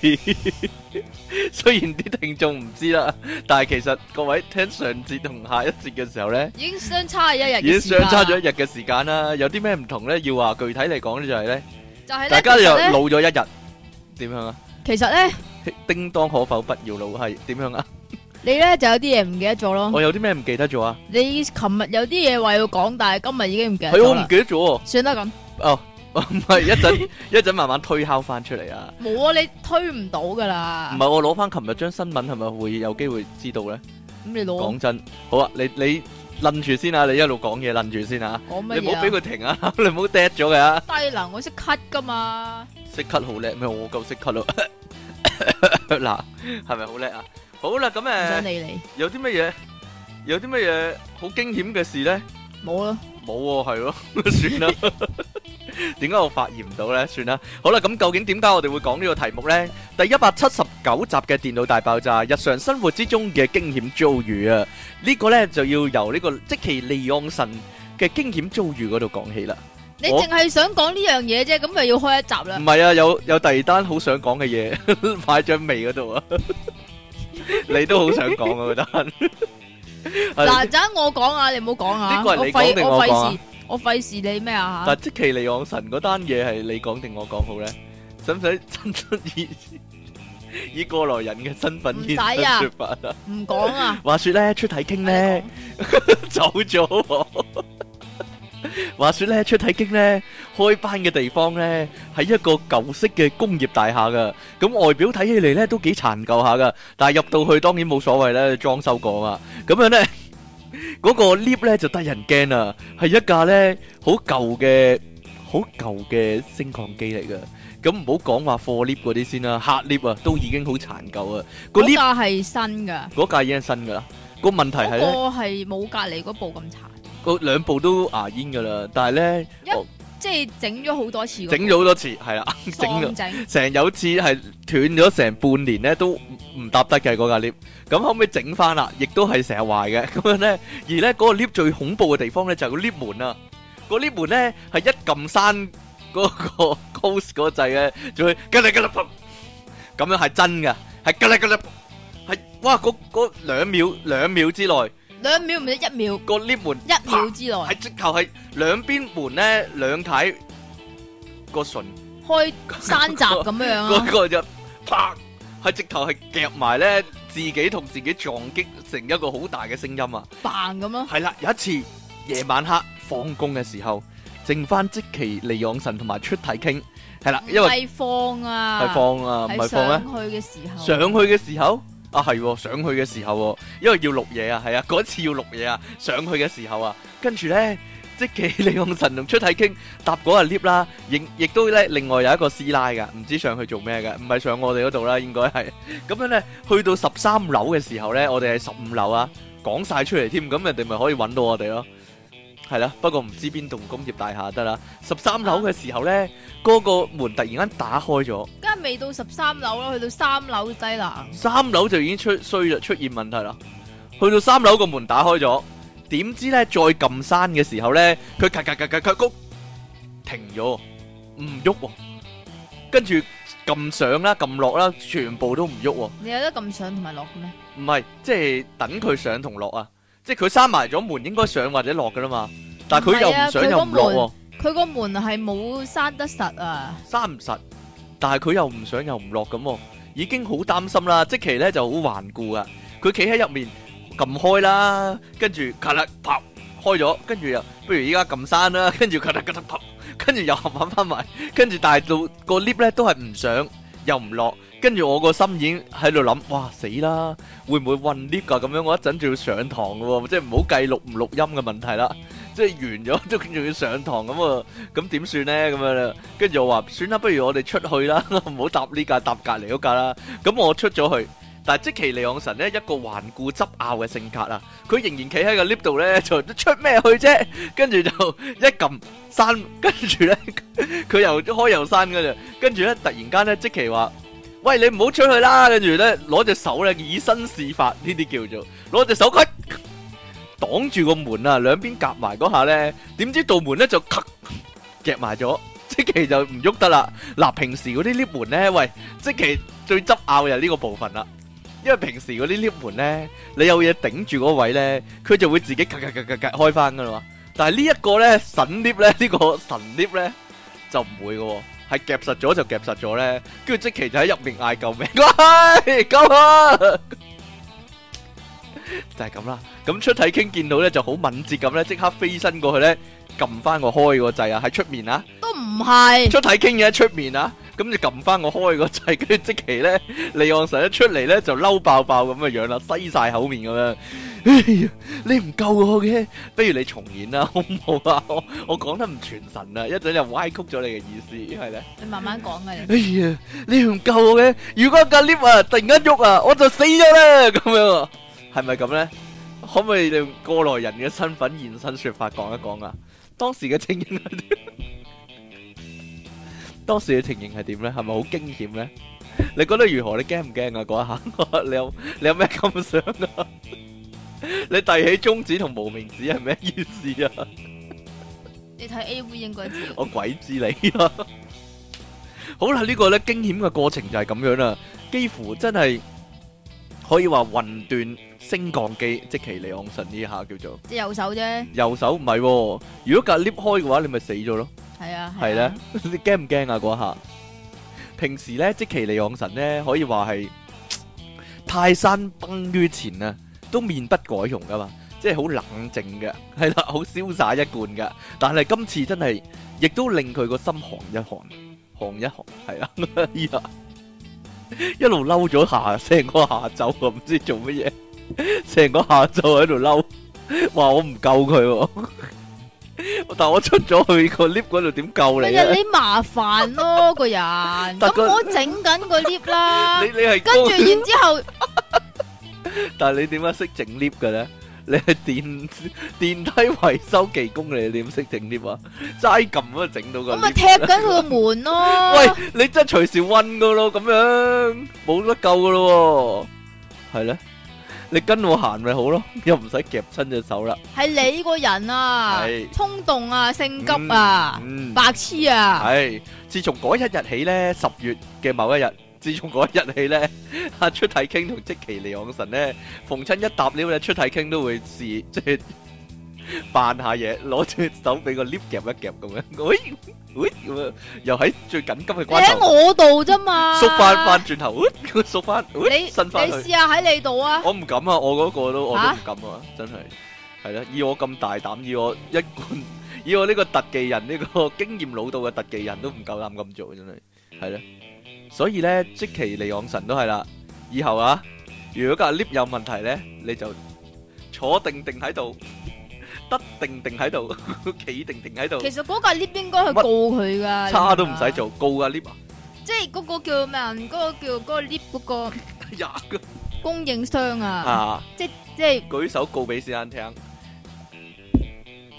雖然啲聽眾唔知啦，但係其實各位聽上節同下一節嘅時候咧，已經相差一日，已經相差咗一，日嘅時間啦。有啲咩唔同咧？要話具體嚟講咧，就係咧，就大係咧，家其又實呢老咗一日，點樣啊？其實咧，叮當可否不要老係點樣啊？你咧就有啲嘢唔記得咗咯。我有啲咩唔記得咗啊？你琴日有啲嘢話要講，但係今日已經唔記得係我咗唔啦。記得咗喎。算啦咁，哦， 唔係一陣一陣慢慢推敲翻出嚟啊！冇啊，你推唔到噶啦唔。係我攞翻琴日張新聞係咪會有機會知道咧？咁你攞講真，好啊，你你楞住先啊，你一路講嘢楞住先啊，講乜你唔嘢好俾啊？佢停啊， 你唔好 dead 咗佢啊！低能，我識 cut 噶 嘛。識咳好叻咩？我夠識咳咯， 嗱，係咪好叻啊？好啦，咁唔想誒，理你，有啲乜嘢？有啲乜嘢好驚險嘅事咧？冇啦。冇喎，係咯， 算啦。點解我發現唔到咧？算啦。好啦，咁究竟點解我哋會講呢個題目咧？第一百七十九集嘅電腦大爆炸，日常生活之中嘅驚險遭遇啊！呢個咧就要由呢個即其利昂神嘅驚險遭遇嗰度講起啦。你我淨係想講呢樣嘢啫，咁就要開一集唔啦。係啊，有有第二單好想講嘅嘢 擺咗喺尾嗰度啊！你都好想講啊，嗰單。係嗱，陣我講啊，你唔好講啊。呢個係你費講定我講啊費事，我費事你咩啊但即其利昂神嗰單嘢係你講定我講好咧？使唔使真真以以過來人嘅身份唔現使身啊說法啊？唔講 啊。話說咧，出體傾咧你走咗喎。話說咧，出體傾咧開班嘅地方咧喺一個舊式嘅工業大廈噶，咁外表睇起嚟咧都幾殘舊下噶，但係入到去當然冇所謂啦，裝修過啊嘛，咁樣咧嗰個 lift 咧就得人驚啊，係一架咧好舊嘅好舊嘅升降機嚟噶，咁唔好講話貨 lift 嗰啲先啦，客 lift 啊都已經好殘舊啊，個嗰 lift 架係新噶，嗰架已經新噶啦，個問題係咧。嗰個係冇隔離嗰部咁殘，個兩部都牙煙噶啦，但係咧即係整咗好多次嗰部。整咗好多次，係啦，整喪咗整成有次係斷咗成半年咧都唔唔搭得嘅嗰架 lift，咁後尾整翻啦，亦都係成日壞嘅， 咁樣咧，而咧嗰個 lift 最恐怖嘅地方咧就係個 lift 門啊，個 lift 門咧係一撳閂嗰個 close 嗰個掣咧，就會吉啦吉啦砰，咁樣係真噶，係吉啦吉啦砰，係哇嗰嗰兩秒兩秒之內兩秒唔得一秒，個 lift 門一秒之內喺直頭係兩邊門咧兩睇個唇開山閘咁樣樣嗰啊，個就啪，係直頭係夾埋咧自己同自己撞擊成一個好大嘅聲音啊！扮咁咯，係啦，有一次夜晚黑放工嘅時候，剩翻即其利養神同埋出體傾，係啦，因為係放啊，係放啊，唔係放咧。上去嘅時候，上去嘅時候啊，係喎上去嘅時候喎，因為要錄嘢啊，係啊，嗰次要錄嘢啊，上去嘅時候啊，跟住咧，即其利用神同出體傾搭嗰個 lift 啦，亦亦都咧另外有一個師奶噶，唔知上去做咩嘅，唔係上我哋嗰度啦，應該 係咁樣咧，去到十三樓嘅時候咧，我哋係十五樓啊，講晒出嚟添，咁人哋咪可以揾到我哋咯。係啦，不過唔知邊棟工業大廈得啦。十三樓嘅時候咧，嗰、個門突然間打開咗。梗係未到十三樓啦，去到三樓低能，三樓就已經出衰啦，出現問題啦。去到三樓個門打開咗，點知咧再撳山嘅時候咧，佢咔咔咔咔咔，谷停咗，唔喐喎。跟住撳上啦、撳落啦，全部都唔喐喎。你有得咁上同埋落嘅咩？唔係，即係等佢上同落啊！即係佢閂埋咗門，應該上或者落噶啦嘛。但係佢又唔係啊唔上又唔落佢個門係冇閂得實 啊！喎，閂唔實。但係佢又唔上又唔落咁喎，已經好擔心啦。即期咧就好頑固啊！佢企喺入面撳開啦，跟住咔啦啪開咗，跟住又不如依家撳閂啦，跟住咔啦咔啦啪，跟住又合翻翻埋，跟住但係到個 lift 咧都係唔上又唔落，跟住我個心已經喺度諗，哇死啦，會唔會混 lift 㗎？咁樣我一陣就要上堂嘅喎，即係唔好計錄唔錄音嘅問題啦。即係完咗都仲要上堂咁啊，咁點算呢？咁樣啦， 跟住我話算啦，不如我哋出去啦，唔好搭呢架搭隔離嗰架啦。咁我出咗去，但係即其利昂神呢，一個頑固執拗嘅性格啊，佢仍然企喺個 lift 度呢， 就出咩去啫？跟住就一撳閂，跟住呢， 佢又開又閂嘅啫。跟住呢，突然間呢，即其話：喂，你唔好出去啦！跟住呢，攞隻手呢，以身試法，呢啲叫做攞隻手佢擋住個門啊，兩邊夾埋嗰下呢，點知道門呢就咔夾埋咗，即其就唔喐得啦。嗱，平時嗰啲 lift 門呢，喂，即其最執拗嘅就係呢個部分啦。因為平時嗰啲 lift 門呢，你有嘢頂住嗰位呢，佢就會自己咔咔咔咔咔開翻噶啦嘛。但係呢一個呢，神 lift 呢，呢、個神 lift 呢，就唔會嘅喎，係夾實咗就夾實咗呢。跟住即其就喺入面嗌救命，喂，救啊！ 就係咁啦。咁出體傾見到咧就好敏捷咁咧，即刻飛身過去咧，撳翻個開個掣啊！喺出面啊，都唔係，出體傾嘅喺出面啊，咁就撳翻個開個掣，跟住即期咧，利昂神一出嚟咧就嬲爆爆咁嘅樣啦，西晒口面咁樣。哎呀你唔夠我嘅，不如你重演啦，好唔好啊？我我講得唔全神啊，一陣又歪曲咗你嘅意思，係咧。你慢慢講嘅你。哎呀，你唔救我嘅，如果架 lift 啊突然間喐啊，我就死咗啦，咁樣啊，係咪咁咧？可唔可以你用過來人嘅身份現身說法講一講啊？當時嘅情形係點？ 當時嘅情形係點咧？係咪好驚險咧？你覺得如何？你驚唔驚 啊？嗰一下，你有你有咩感想 啊？你遞起中指同無名指係咩意思啊？你睇 A V 應該知嘅。 我鬼知你啦！好啦，呢、個咧驚險嘅過程就係咁樣啦，幾乎真係可以話混斷升降機，即其利昂神呢下叫做隻右手啫，右手唔係喎，如果架 lift 開嘅話，你咪死咗咯，係啊，係咧啊，，你驚唔驚啊嗰下？平時咧，即其利昂神咧可以話係泰山崩於前啊，都面不改容噶嘛，即係好冷靜嘅，係啦，好瀟灑一貫嘅。但係今次真係，亦都令佢個心寒一寒，寒一寒，係啦， 依家一路嬲咗下，成個下晝我唔知做乜嘢，成個下晝喺度嬲，話我唔救佢喎。但我出咗去個 lift 嗰度點救咪你就啊？哎你麻煩咯個人，但個咁我整緊個 lift 啦 你，你係跟高住然之後但系你點解識整 lift 嘅咧？你係電電梯維修技工，你點識整 lift 啊？齋撳啊，整到我個咪 lift。踢緊佢個門咯。 喂，你真係隨時暈噶咯，咁樣冇得救噶咯喎，係咧。你跟我行咪好咯，又唔使夾親隻手啦。係你個人啊係，衝動啊，性急啊，嗯，白痴啊，係。自從嗰一日起咧，十月嘅某一日，自從嗰一日起 咧，阿出體傾同即其利昂神咧，逢親一搭 lift 咧，出體傾都會試即 係。扮下嘢，攞隻手俾個 lift 夾一夾咁樣，喂喂咁樣，又喺最緊急嘅你關喺頭我度啫嘛。縮翻翻轉頭，喂 縮翻，你喂你伸翻去。試下喺你度啊，我唔敢啊！我嗰個都我都唔敢啊！真係係啦，以我咁大膽，以我一貫， 以我呢個特技人呢個 經驗老道嘅特技人都唔夠膽咁做，真係係啦。所以咧，即其利昂神都係啦。以後啊，如果架 lift 有問題咧，你就坐定定喺度， 得定定喺度， 企定定喺度，其實嗰架 lift 應該去告佢噶，差都唔你明嘛使，做，高啊 lift 啊，即係嗰個叫咩人？嗰個叫嗰個 lift 嗰個哎呀供應商啊，啊！即係。舉手告俾先生聽。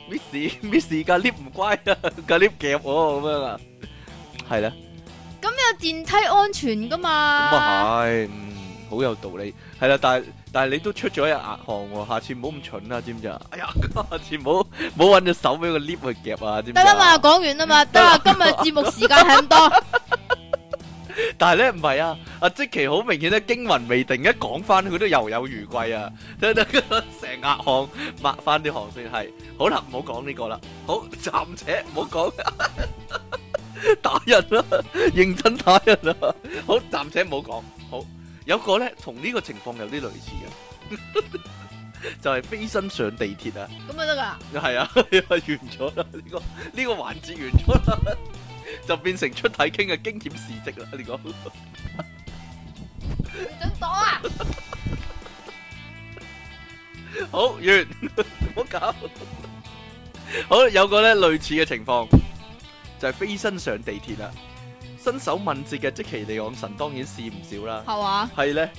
Miss Miss 架 lift 唔乖啊， 架 lift 夾我咁樣啊，係啦，電梯安全噶咁嘛？啊係，嗯，好好有道理，係啦，但係但係你都出咗一額汗喎，下次唔好咁蠢啦，知唔知啊？哎呀， 下次唔好唔好揾隻手俾個 lift 去夾啊，知唔知得啦嘛，啊？講完啦嘛，得啦，今日節目時間係咁多， 但係咧唔係啊，阿即奇好明顯咧驚魂未定，一講翻佢都猶有餘悸啊， 真係成額汗抹翻啲汗先係。好啦，唔好講呢個啦，好暫且唔好講。 打人啦，認真打人啦，好暫且唔好講。好有個咧同呢個情況有啲類似嘅， 就係飛身上地鐵啊。咁就得噶。係啊，完咗啦，呢、個呢、個環節完咗啦， 就變成出體傾嘅驚險事蹟啦，呢、個。唔准講啊！好完， 唔好搞。好有個咧類似嘅情況，就係、飛身上地鐵啦。身手敏捷嘅即其利昂神當然試唔少啦。係嘛？係咧，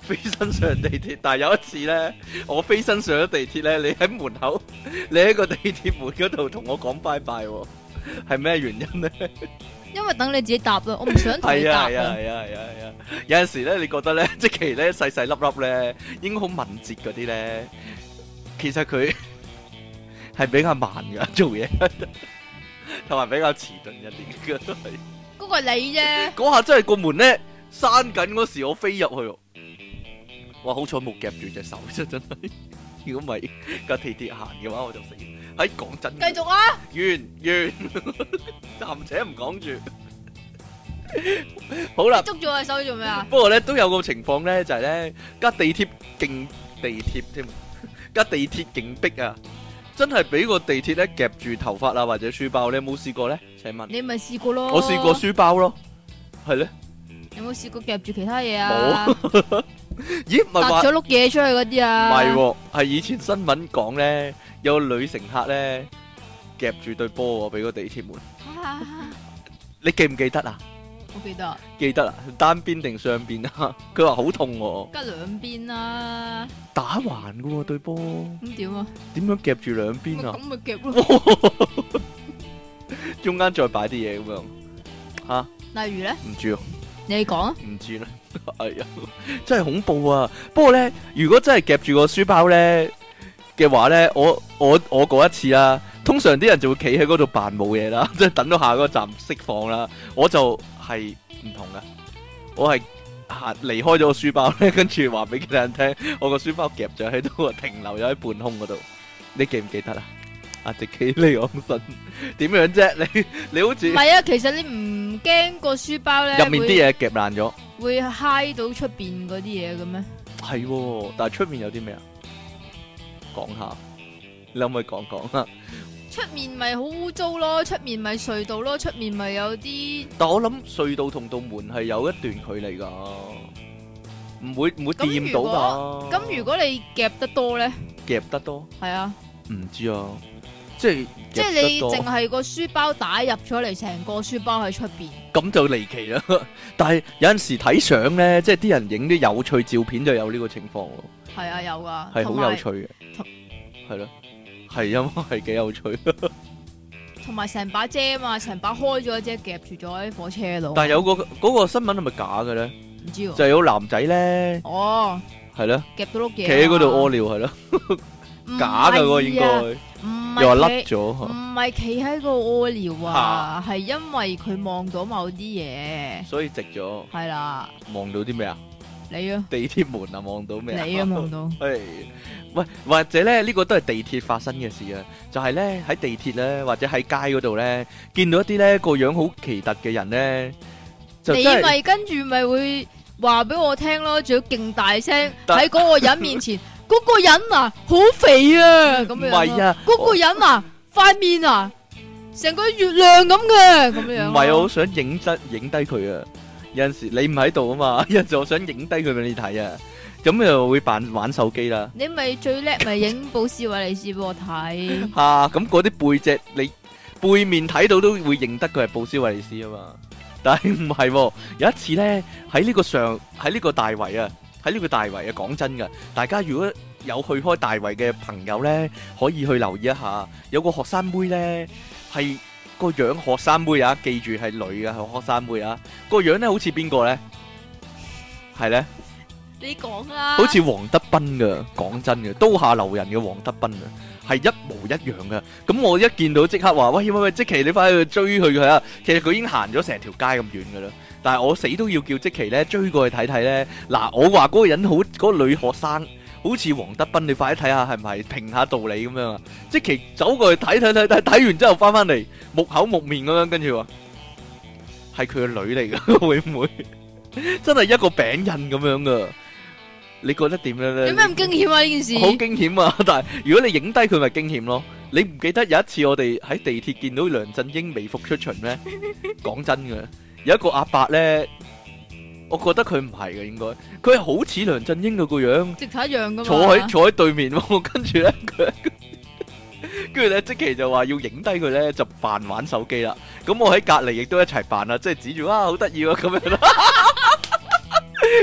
飛身上地鐵，但係有一次咧，我飛身上咗地鐵咧，你喺門口，你喺個地鐵門嗰度同我講拜拜喎，係咩原因咧？因為等你自己答啦，我唔想同你係答啊係啊啊。係啊係啊係啊！有陣時咧，你覺得咧，即其咧細細粒粒咧，應該好敏捷嗰啲咧，其實佢係比較慢噶做嘢，同埋比較遲鈍一啲嘅都係。嗰個係你啫，嗰下真係個門咧閂緊嗰時，我飛入去喎。哇！好彩冇夾住隻手啫，真係。如果唔係架地鐵行嘅話，我就死。喺講真，繼續啊！完完，暫且唔講住。好啦，捉住我隻手做咩啊？不過咧都有個情況咧，就係咧架地鐵勁地鐵添，架地鐵勁逼啊！真係俾個地鐵咧夾住頭髮啊，或者書包，你有冇試過咧？請問，你咪試過咯。我試過，書包咯，係咧，有冇試過夾住其他嘢啊？咦，唔係話搭咗碌嘢出去嗰啲唔啊？ 係喎，係以前新聞講咧，有個女乘客咧夾住對波喎，俾個地鐵門，啊你記唔記得啊？我記得，記得啊，單邊定雙邊啊？ 佢話好痛喎，加兩邊啦，打橫嘅喎對波，咁點啊？點樣夾住兩咁邊啊？咪夾咯。中間再擺啲嘢咁樣，吓、例如咧，唔知啊，你講啊，唔 知啦，係啊，真係恐怖啊！不過咧，如果真係夾住個書包咧嘅話咧，我我我嗰一次啦，通常啲人就會企喺嗰度扮冇嘢啦， 即係等到下個站釋放啦，我就係唔同噶，我係。行離開咗個書包咧， 跟住話俾其他人聽，我個書包夾咗喺度，停留咗喺半空嗰度。你記唔記得啊？阿迪企利昂神點樣啫？你你好唔似〜係啊，其實你唔驚個書包咧入面啲嘢夾爛咗，嘢會嗨到出邊嗰啲嘢嘅咩？係喎，但係出面有啲咩啊？講下，你可唔可以講講啊？出面咪好污糟咯，出面咪隧道咯，出面咪有啲但我諗隧道同道門係有一段距離㗎，唔會唔會咁如掂到㗎。咁。如果你夾得多咧，夾得多，係啊，唔知啊，即係即係夾得你多淨係個書包帶入咗嚟，成個書包喺出邊。咁就離奇啦。 但係有陣時睇相咧，即係啲人影啲有趣照片就有呢個情況喎。係啊，有噶，係同好有埋趣嘅同，哦係咯，係因 為係幾有趣。同埋成把遮啊嘛，成把開咗遮夾住咗喺火車度。但係有個嗰個新聞係咪假嘅咧？唔知喎，就有男仔咧，哦，係咯。夾到碌嘢啊，企喺嗰度屙尿係咯，唔係啊，假噶喎應該，哎唔又話係甩企咗，唔係企喺個屙尿啊，係因為佢望到某啲嘢，所以直咗，係啦，望到啲咩啊？你啊，地鐵門啊，望到咩啊？你啊 望到，係，喂，或者咧呢個都係地鐵發生嘅事啊，就係咧喺地鐵咧或者喺街嗰度咧，見到一啲咧個樣好奇特嘅人咧，就你真係咪跟住咪會話俾我聽咯，仲要勁大聲但喺嗰個人 面前，嗰個人啊好肥啊咁唔樣咯，係啊，嗰個人啊塊面啊成個月亮咁嘅咁樣唔咯，係我好想影得影低佢啊！有陣時你唔喺度啊 嘛，有陣時我想影低佢俾你睇啊，咁又會扮玩手機啦。，你咪最叻咪影保斯維利斯俾我睇 吓咁嗰啲背脊你背面睇到都會認得佢係布斯維利斯啊嘛，但係唔係喎，有一次咧喺呢個上喺呢個大圍啊，喺呢個大圍啊，講真噶，大家如果有去開大圍嘅朋友咧，可以去留意一下，有個學生妹咧係個樣學生妹啊，記住係女嘅係學生妹啊，個樣咧好似邊個咧？係咧你讲啦，好似黃德斌噶，講真嘅，刀下留人嘅黃德斌啊，係一模一樣噶。咁我一見到即刻話：喂喂喂，即奇你快去追佢佢啊！其實佢已經行咗成條街咁遠噶啦，但係我死都要叫即奇咧追過去睇睇咧。嗱，我話嗰個人好，嗰、個女學生好似黃德斌，你快啲睇下係咪評下道理咁樣啊！即奇走過去睇睇睇睇，睇完之後翻翻嚟木口木面咁樣，跟住話係佢嘅女嚟噶， 會唔會？真係一個餅印咁樣噶，你覺得點樣咧？有咩咁惊险啊？呢件好事驚險啊！ 但係如果你影低佢，咪驚險咯。你唔記得有一次我哋喺地鐵見到梁振英微服出巡 咩？講真嘅，有一個阿伯咧，我覺得佢唔係嘅，應該佢係好似梁振英嘅個樣，直头一样噶嘛，坐喺坐喺對面喎， 跟住咧佢。跟住咧，即期就話要影低佢咧，就扮玩手機啦。咁我喺隔離亦都一齊扮啦，即係指住啊，好得意啊咁樣啦。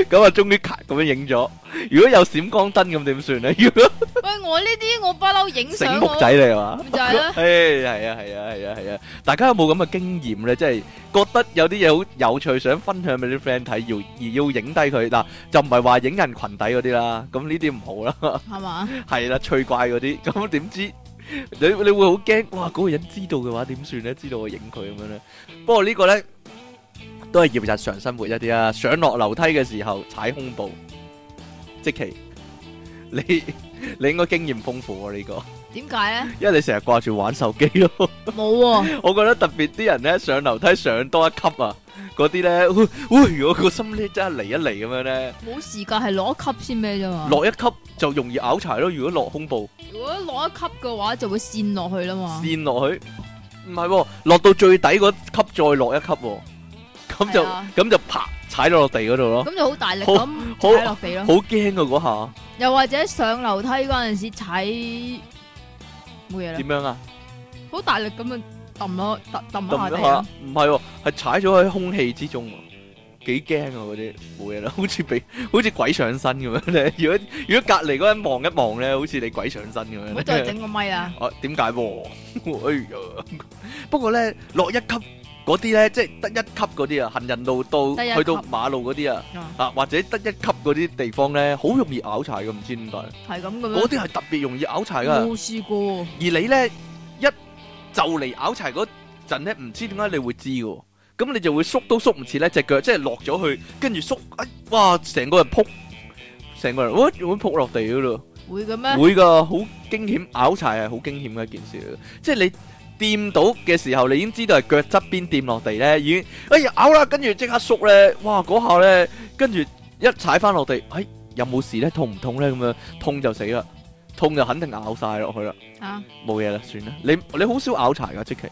咁啊，終於咔咁樣影咗。如果有閃光燈咁點算咧？ 如果喂，我呢啲我不嬲影醒相目我仔嚟係嘛？咪 就係啦唉，係啊，係啊，係啊，係啊！大家有冇咁嘅經驗咧？即係覺得有啲嘢好有趣，想分享俾啲 friend 睇，要而要影低佢嗱，就唔係話影人裙底嗰啲啦，咁呢啲唔好啦，系嘛，係啦，趣怪嗰啲， 咁點知？你你會好驚，哇！嗰、個人知道嘅話點算咧？知道我影佢咁樣咧。不過呢個咧都係要日常生活一啲啊，上落樓梯嘅時候踩空步，即其你你應該經驗豐富啊呢、個。点解咧？因為你成日掛住玩手機咯。 冇喎，我覺得特別啲人咧上樓梯上多一級啊，嗰啲咧，喂 喂，我個心咧真係嚟一嚟咁樣咧，冇時間係攞一級先咩啫嘛。落一級就容易拗柴咯。如果落胸部如果攞一級嘅話，就會跣落去啦嘛。跣落去，唔係喎，落到最底嗰級再落一級喎，咁就係啊咁就啪踩咗落地嗰度咯，咁就好大力好咁好踩落地咯。好驚啊又或者上樓梯嗰陣時踩冇嗰下，嘢啦點，樣啊？好大力咁樣揼落揼揼下撳地啊一下咯。，唔係喎，係踩咗喺空氣之中喎。幾驚啊！嗰啲冇嘢啦， 好似俾好似鬼上身咁樣咧。如果如果隔離嗰人望一望咧，好似你鬼上身咁唔樣好再咧。整個咪啊！啊，點解 喎？哎呀！不過咧，落一級嗰啲咧，即係得一級嗰啲啊，行人路到得一級去到馬路嗰啲啊，啊啊或者得一級嗰啲地方咧，好容易拗柴嘅，唔知點解。係咁嗰嘅咩？啲係特別容易拗柴㗎。冇試過喎，而你咧一就嚟拗柴嗰陣咧，唔知點解你會知嘅喎，咁你就會縮都縮唔切咧只腳，即係落咗去，跟住縮，哎，哇！成個人撲，成個人，哇！會撲落地嗰度，會嘅咩？會噶，好驚險，拗柴係好驚險嘅一件事嚟嘅，即係你掂到嘅時候，你已經知道係腳側邊掂落地咧，已經，哎呀拗啦，跟住即刻縮咧，哇！嗰下咧，跟住一踩翻落地，哎，有冇事咧？痛唔痛咧？咁樣痛就死啦，痛就肯定拗晒落去啦。啊，冇嘢啦，算啦。你你好少拗柴噶，即奇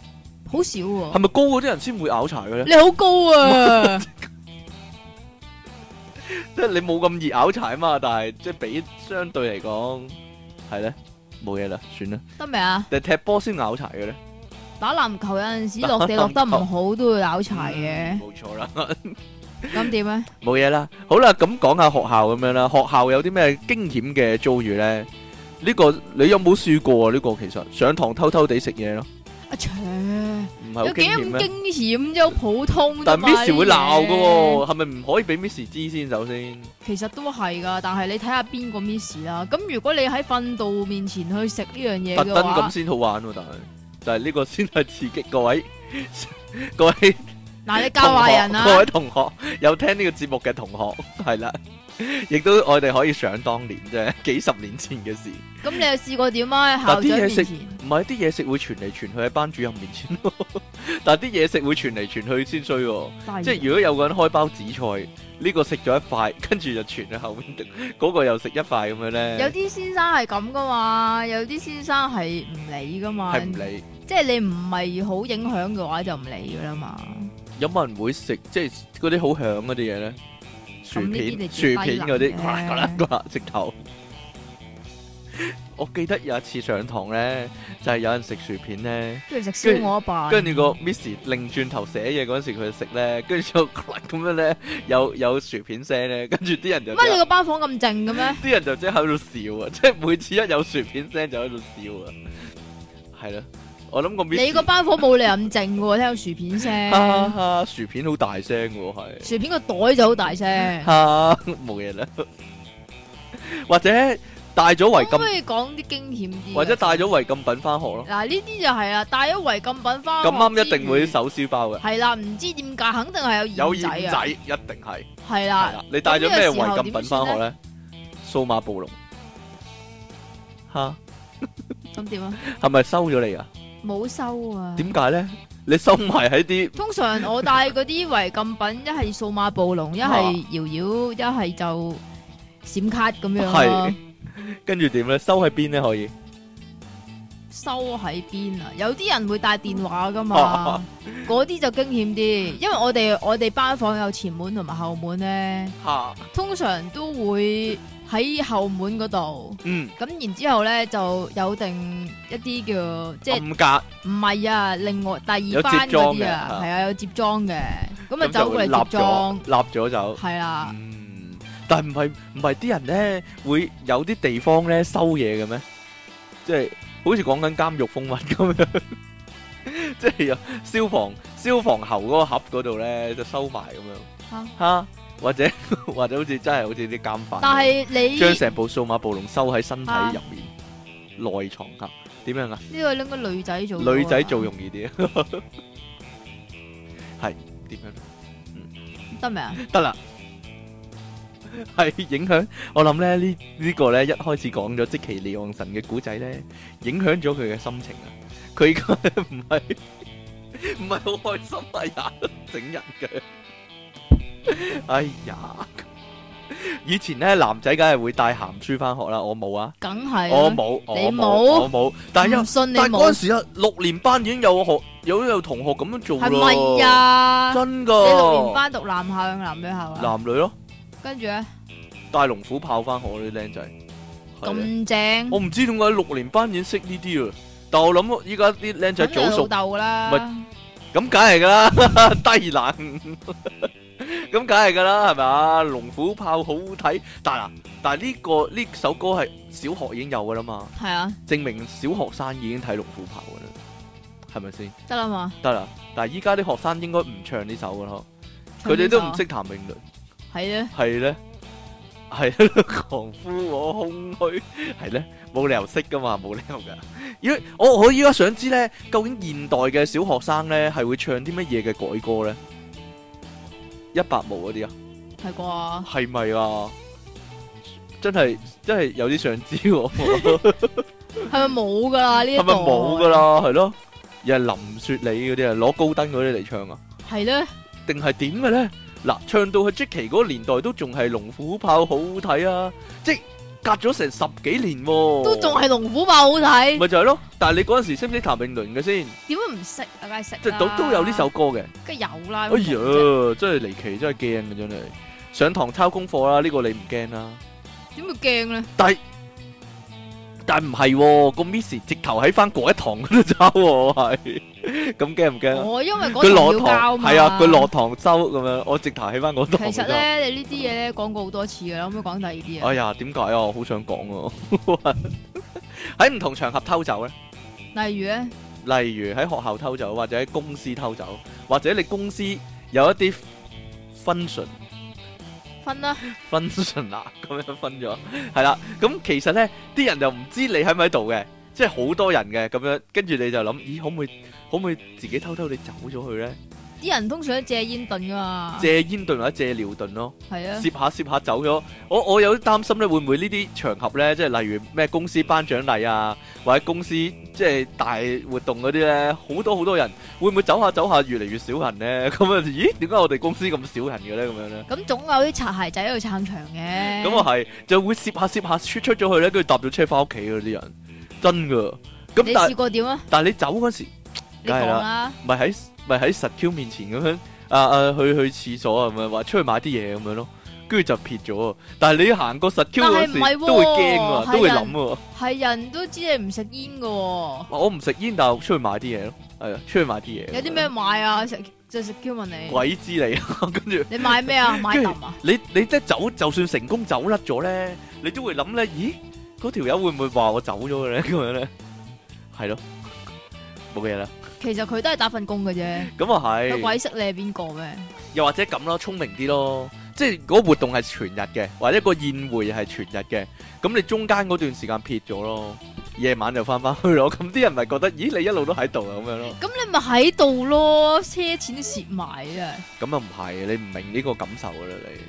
好少係喎。咪高嗰啲人先會拗柴嘅咧？你好 高啊！即係你冇咁易拗柴啊嘛，但係即係比相對嚟講係咧，冇嘢啦，算啦。得未啊？但係踢波先拗柴嘅咧，打籃球有陣時落地落得唔好都會拗柴嗯嘅，冇錯啦，咁點咧？冇嘢啦。好啦，咁講下學校咁樣啦，學校有啲咩驚險嘅遭遇咧？呢個你有冇試過啊？呢個其實上堂偷偷地食嘢咯，阿卓。唔係好有驚幾險咁咩？驚險啫，好普通啫但係嘛 Miss 會鬧嘅呢啲喎，嘢係咪唔可以俾 Miss 知先？首先其實都係噶，但係你睇下邊個 Miss 啦。咁如果你喺訓導面前去食呢樣嘢特登嘅咁話，先好玩喎，但係就係呢個先係刺激各位 各位嗱你教同壞學人各啊位，同學有聽呢個節目嘅同學係啦，亦都我哋可以想當年啫，幾十年前嘅事。咁你又試過點啊？喺校但啲長嘢面食前，唔係啲嘢食會傳嚟傳去喺班主任面前咯， 但係啲嘢食會傳嚟傳去先衰喎。即係係啊如果有個人開包紫菜，呢、個食咗一塊， 跟住就傳喺後面， 嗰、個又食一塊咁樣有咧，啲先生係咁噶嘛，有啲先生係唔理噶嘛，係唔理。即係你唔係好影響嘅話就唔理噶啦嘛。有冇人會食即係嗰啲好響嗰啲嘢咧？薯咁呢啲片、你薯最片嗰低啲，能呱嘅呱啦呱啦，直頭。 我記得有一次上堂咧，就係、有人食薯片咧，跟住食燒鵝吧，跟住個 Miss 擰轉頭寫嘢嗰陣時，佢就食咧，跟住就 呱啦咁樣咧，有有薯片聲咧，跟住啲人就即乜你刻個班房咁靜 嘅咩？啲人就即刻喺度笑啊！即 係每次一有薯片聲就喺度笑啊！係咯，我諗個 Miss 你個班房冇你咁靜嘅喎，聽到薯片哈聲， 哈薯片好大聲喎，係。薯片個袋就好大聲。哈，冇嘢啦。 或者帶咗違可禁唔可以講啲驚險啲嘅？或者帶咗違禁品翻學咯，嗱呢啲就係啦，帶咗違禁品翻咁啱一定會搜書包嘅，系啦，唔知點解，肯定係有有耳煙啊仔，一定係。係係啦啦，你帶咗咩咁呢個時候違禁品翻學咧？數碼暴龍吓，咁點啊？係咪收咗你啊？冇收啊！點解咧？你收埋喺啲通常我帶嗰啲違禁品，一係數碼暴啊龍，一係搖搖，一係就閃卡咁樣咯係。跟住點咧？收喺邊咧？可以收喺邊啊？有啲人會帶電話噶啊嘛，嗰啲就驚險啲，因為我哋我哋班房有前門同埋後門咧，吓，通常都會喺後門嗰度，嗯，咁然之後咧就有定一啲叫即係暗格唔係啊，另外第有接二班嗰裝嘅啲啊，嚇係啊有接裝嘅，咁啊咁走就過會立嚟接咗，裝，立咗就。係啦，嗯，但唔係唔係啲人咧會有啲地方咧收嘢嘅咩？即係好似講緊監獄風雲咁樣， 即係有消防消防喉嗰個盒嗰度咧就收埋咁樣嚇嚇，或者 或者好似真係好似啲監犯咁，但係你將成部數碼暴龍收喺身體入面內藏盒，點樣啊？呢個應該女仔做多啦，女仔做容易啲， 係點樣？得未啊？得啦， 系影響。我諗咧呢呢個咧一開始講咗即其利昂神嘅古仔咧，影響咗佢嘅心情啊！佢而家唔係唔係好開心啊呀，整人嘅。哎呀，以前咧男仔梗係會帶鹹書翻學啦，我冇啊，梗係我啦冇，我你冇我冇，但係因唔信你但係嗰陣冇時啊，六年班已經有學有有同學咁樣做係咯，咪啊？真你噶六，年班讀男校定男女校啊？男女咯。跟住咧帶龍虎豹翻學嗰啲僆仔，係咧咁正，我唔知點解六年班已經識呢啲啊，但我諗依家啲僆仔咁早你老熟，豆啦，咪咁梗係噶啦， 低能，咁梗係噶啦，係咪啊？龍虎豹好睇，但係嗱，但係呢個呢首歌係小學已經有噶啦嘛，係啊，證明小學生已經睇龍虎豹噶啦，係咪先？得啦嘛，得啦，但係依家啲學生應該唔唱呢首噶咯，佢哋都唔識譚詠麟。係啊，系咧， 系咧，狂呼我空虛，係咧，冇理由識噶嘛，冇理由噶。因為我我依家想知咧，究竟現代嘅小學生咧係會唱啲乜嘢嘅改歌咧？一百毛嗰啲啊，係啩？係咪啊？真係真係有啲想知喎，係咪冇噶啦？呢一係度咪冇噶？啦？係咯，又係林雪你嗰啲啊，攞高登嗰啲嚟唱啊？係咧，定係點嘅咧？嗱，唱到去 Jacky 嗰個年代都仲係龍虎豹好睇啊！即係隔咗成十幾年喎、都仲係龍虎豹好睇，咪就係咯。但係你嗰陣時識唔識譚詠麟嘅先？點會唔識啊？梗係識即係啦都都有呢首，歌嘅。梗係有啦。哎咁啫呀，真係離奇，真係驚嘅真係。上堂抄功課啦，呢、個你唔驚啦。點會驚咧？但唔係喎，個 Miss 直頭喺翻嗰一堂嗰度抄喎，係咁驚唔驚啊？我因為嗰佢落堂要交堂嘛，係啊，佢落。堂收咁樣，我直頭喺翻嗰堂。其實，咧，你呢啲嘢咧講過好多次噶啦，可唔可以講第二啲啊哎呀，點解啊？我好想講喎， 喺唔同場合偷走咧，？例如咧，例如喺學校偷走，或者喺公司偷走，或者你公司有一啲 function 分啦， function 啦，咁樣分咗，係啦。咁其實咧，啲人就唔知你喺唔喺度嘅，即係好多人嘅咁樣，跟住你就諗，咦，可唔可以可唔可以自己偷偷地走咗去咧？啲人通常都借煙遁噶嘛，借煙遁或者借尿遁咯。係啊，攝下攝下走咗。我我有啲擔心咧，會唔會呢啲場合咧，即係例如咩公司頒獎禮啊，或者公司即係大活動嗰啲咧，好多好多人，會唔會走下走下越嚟越少人咧？ 咁啊，咦？點解我哋公司咁少人嘅咧？咁樣咧？咁總有啲擦鞋仔喺度撐場嘅。咁啊係，就會攝下攝下出出咗去咧，跟住搭咗車翻屋企嗰啲人，真噶。咁你但試過點啊？但係你走嗰時，你講啦，咪喺咪喺實 Q 面前咁樣啊啊去去廁所啊咁樣，話出去買啲嘢咁樣咯，跟住就撇咗。但係你行過實 Q 嗰時但係唔係喎都會驚喎，係都會諗喎。係人都知你唔食煙噶喎，話我唔食煙，但係我出去買啲嘢咯，係啊，出去買啲嘢。有啲咩？買啊？食就食 Q 問你，鬼知你啊！ 跟住你買咩啊？買揼啊？你你即係走，就算成功走甩咗咧，你都會諗咧，咦？嗰條友會唔會話我走咗嘅咧？咁樣咧，係咯，冇嘢啦。其實佢都係打份工嘅啫，咁啊係佢。鬼識你係邊個咩？又或者咁咯，聰明啲咯，即係嗰個活動係全日嘅，或者個宴會係全日嘅，咁你中間嗰段時間撇咗咯，夜晚就翻翻去咯，咁啲人咪覺得，咦，你一路都喺度啊咁樣咯，咁你咪喺度咯，車錢都蝕埋啊！咁又唔係，你唔明呢個感受噶啦，你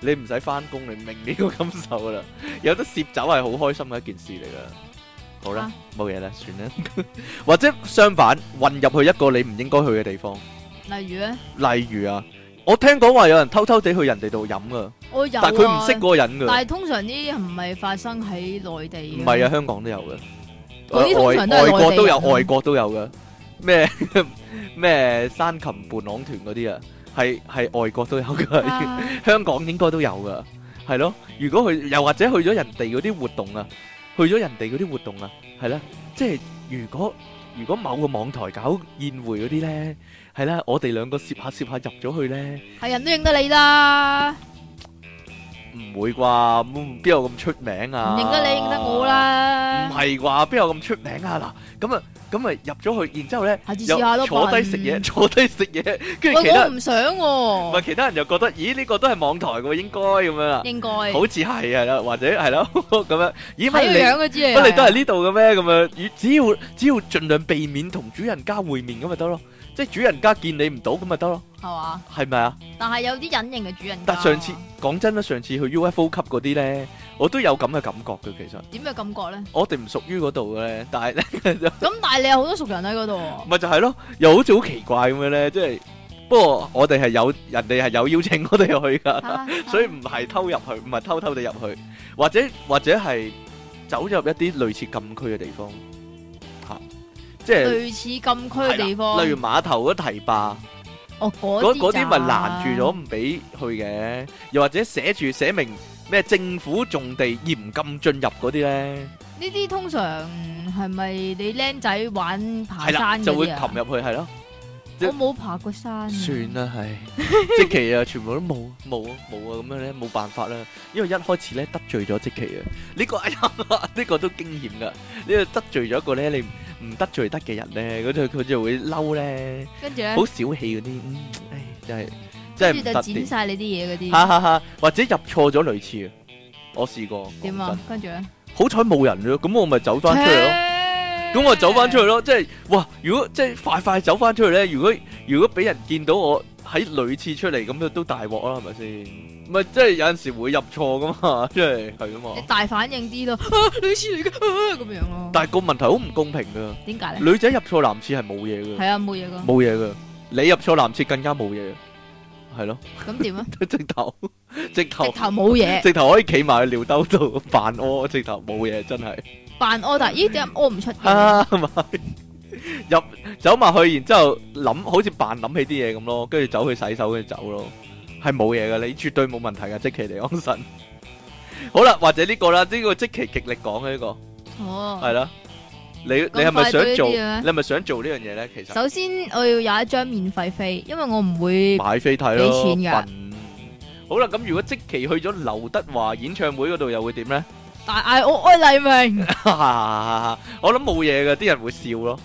你唔使翻工，你唔明呢個感受噶啦，有得攝走係好開心嘅一件事嚟噶。好啦啊，冇嘢啦， 算啦。或者相反，混入去一個你唔應該去嘅地方，例如咧，例如啊，我聽講話有人偷偷地去人哋度飲噶，我有、啊，但係佢唔識嗰個人噶。但係通常呢啲唔係發生喺內地嘅唔係啊，香港都有嘅，嗰啲通外常都係外國都有，內地人外國都有嘅，咩 咩山琴伴郎團嗰啲啊，係係外國都有嘅，啊 香港應該都有嘅，係咯。如果佢又或者去咗人哋嗰啲活動啊，去咗人哋嗰啲活動啊，係啦，即係如果如果某個網台搞宴會嗰啲咧，係啦，我哋兩個攝下攝下入咗去咧，係人都認得你啦，唔會啩？邊有咁出名唔啊？認得你認得我。唔啦，係啩？邊有咁出名啊？嗱，咁啊，咁啊入咗去，然之後咧，下次試下又咯，坐低笨食嘢，。 坐低食嘢，跟住其他喂，我人唔想唔喎係，其他人就覺得，咦呢個都係網台喎，應該咁樣啦，應該好似係係啦，或者係咯 咁樣，咦睇乜個樣你都知你乜你都係係呢度嘅咩？咁樣，咦只要只要盡量避免同主人家會面咁咪得咯，即係主人家見你唔到咁咪得咯，係嘛？係咪啊？但係有啲隱形嘅主人家，但上次講真啦，上次去 UFO 級嗰啲咧，我都有咁嘅感覺嘅，其實點嘅感覺咧？我哋唔屬於嗰度嘅咧，但係咧。咁但係你有好多熟人喺嗰度喎，咪就係咯，又好似好奇怪咁樣咧，即係不過我哋係有人哋係有邀請我哋去 噶，啊 所以唔係偷入去，唔係偷偷地入去，或者或者係走入一啲類似禁區嘅地方吓、即係類似禁區嘅地係啦方，例如碼頭嗰啲堤壩，哦嗰嗰嗰啲咪攔攔住咗唔俾去嘅，又或者寫住寫明咩政府重地嚴禁進入嗰啲咧，呢啲通常係咪你僆仔玩爬係啦山就會嗰啲擒啊？入去係咯。入我冇爬過山啊，算啦，係即期啊，全部都冇冇啊冇啊，咁樣咧冇辦法啦，因為一開始咧得罪咗即期啊，呢、個哎呀， 呢個都驚險噶，呢、個得罪咗一個咧你唔得罪得嘅人咧，嗰度佢就會嬲咧，跟住咧好，小氣嗰啲，嗯，唉，真係真係跟住唔得就剪掂，晒你啲嘢嗰啲哈，哈哈，或者入錯咗類似啊，我試過，點講啊真？跟住咧，好彩冇人咯，咁我咪走翻出去咯。咁我走翻出去咯，即係哇！如果即係快快走翻出去咧，如果如果俾人見到我喺女廁出嚟，咁就都大鑊啦，係咪先？咪即係有陣時會入錯噶嘛， 即係係咁你嘛。大反應啲咯，啊女廁嚟嘅啊咁樣咯。但係個問題好唔公平噶，點解咧？女仔入錯男廁係冇嘢噶，係啊，冇嘢噶。冇嘢噶。你入錯男廁更加冇嘢，係咯， 咁點啊？直頭直直頭頭冇 嘢，直頭可以企埋去尿兜度 扮屙，直頭冇嘢，真係。扮屙但係咦點解屙唔出嘅？啊，咪入走埋去，然之後諗，好似扮諗起啲嘢咁咯，跟住走去洗手，跟住走咯，係冇嘢噶，你絕對冇問題噶，即其嚟安神。好啦，或者呢個啦，呢個即其極力講嘅呢個哦，係啦，你你係咪咁快想對呢做？啲啊你係嘅咩咪想做呢樣嘢咧？其實首先我要有一張免費飛，因為我唔會買飛睇咯，俾錢㗎笨。好啦，咁如果即其去咗劉德華演唱會嗰度，又會點咧？大嗌我愛黎明。 我諗冇嘢噶，啲人會笑咯，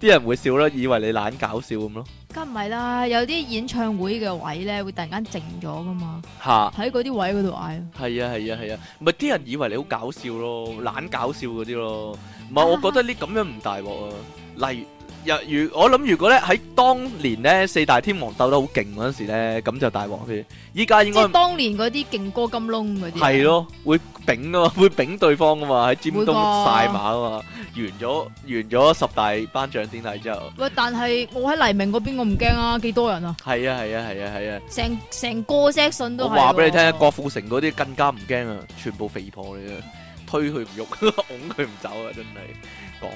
啲人會笑咯，以為你懶搞笑咁咯，梗唔係啦，有啲演唱會嘅位咧會突然間靜咗噶嘛，吓、喺嗰啲位嗰度嗌。係啊係啊係啊，咪啲人以為你好搞笑咯，嗯懶搞笑嗰啲咯，唔啊係我覺得呢咁樣唔大鑊啊。例如，若如我諗，如果咧喺當年咧四大天王鬥得好勁嗰陣時咧，咁就大鑊啲。依家應即該係當年嗰啲勁歌金窿嗰啲，係，咯，會丙啊嘛， 會丙對方噶嘛，喺尖東會啩晒馬啊嘛，完咗完咗十大頒獎典禮之後，喂，但係我喺黎明嗰邊，我唔驚啊，幾多人啊，係啊係啊係啊係啊，成成個 section 都我係喎。話俾你聽，郭富城嗰啲更加唔驚啊，全部肥婆嚟嘅， 推佢唔喐， 拱佢唔走啊，真係講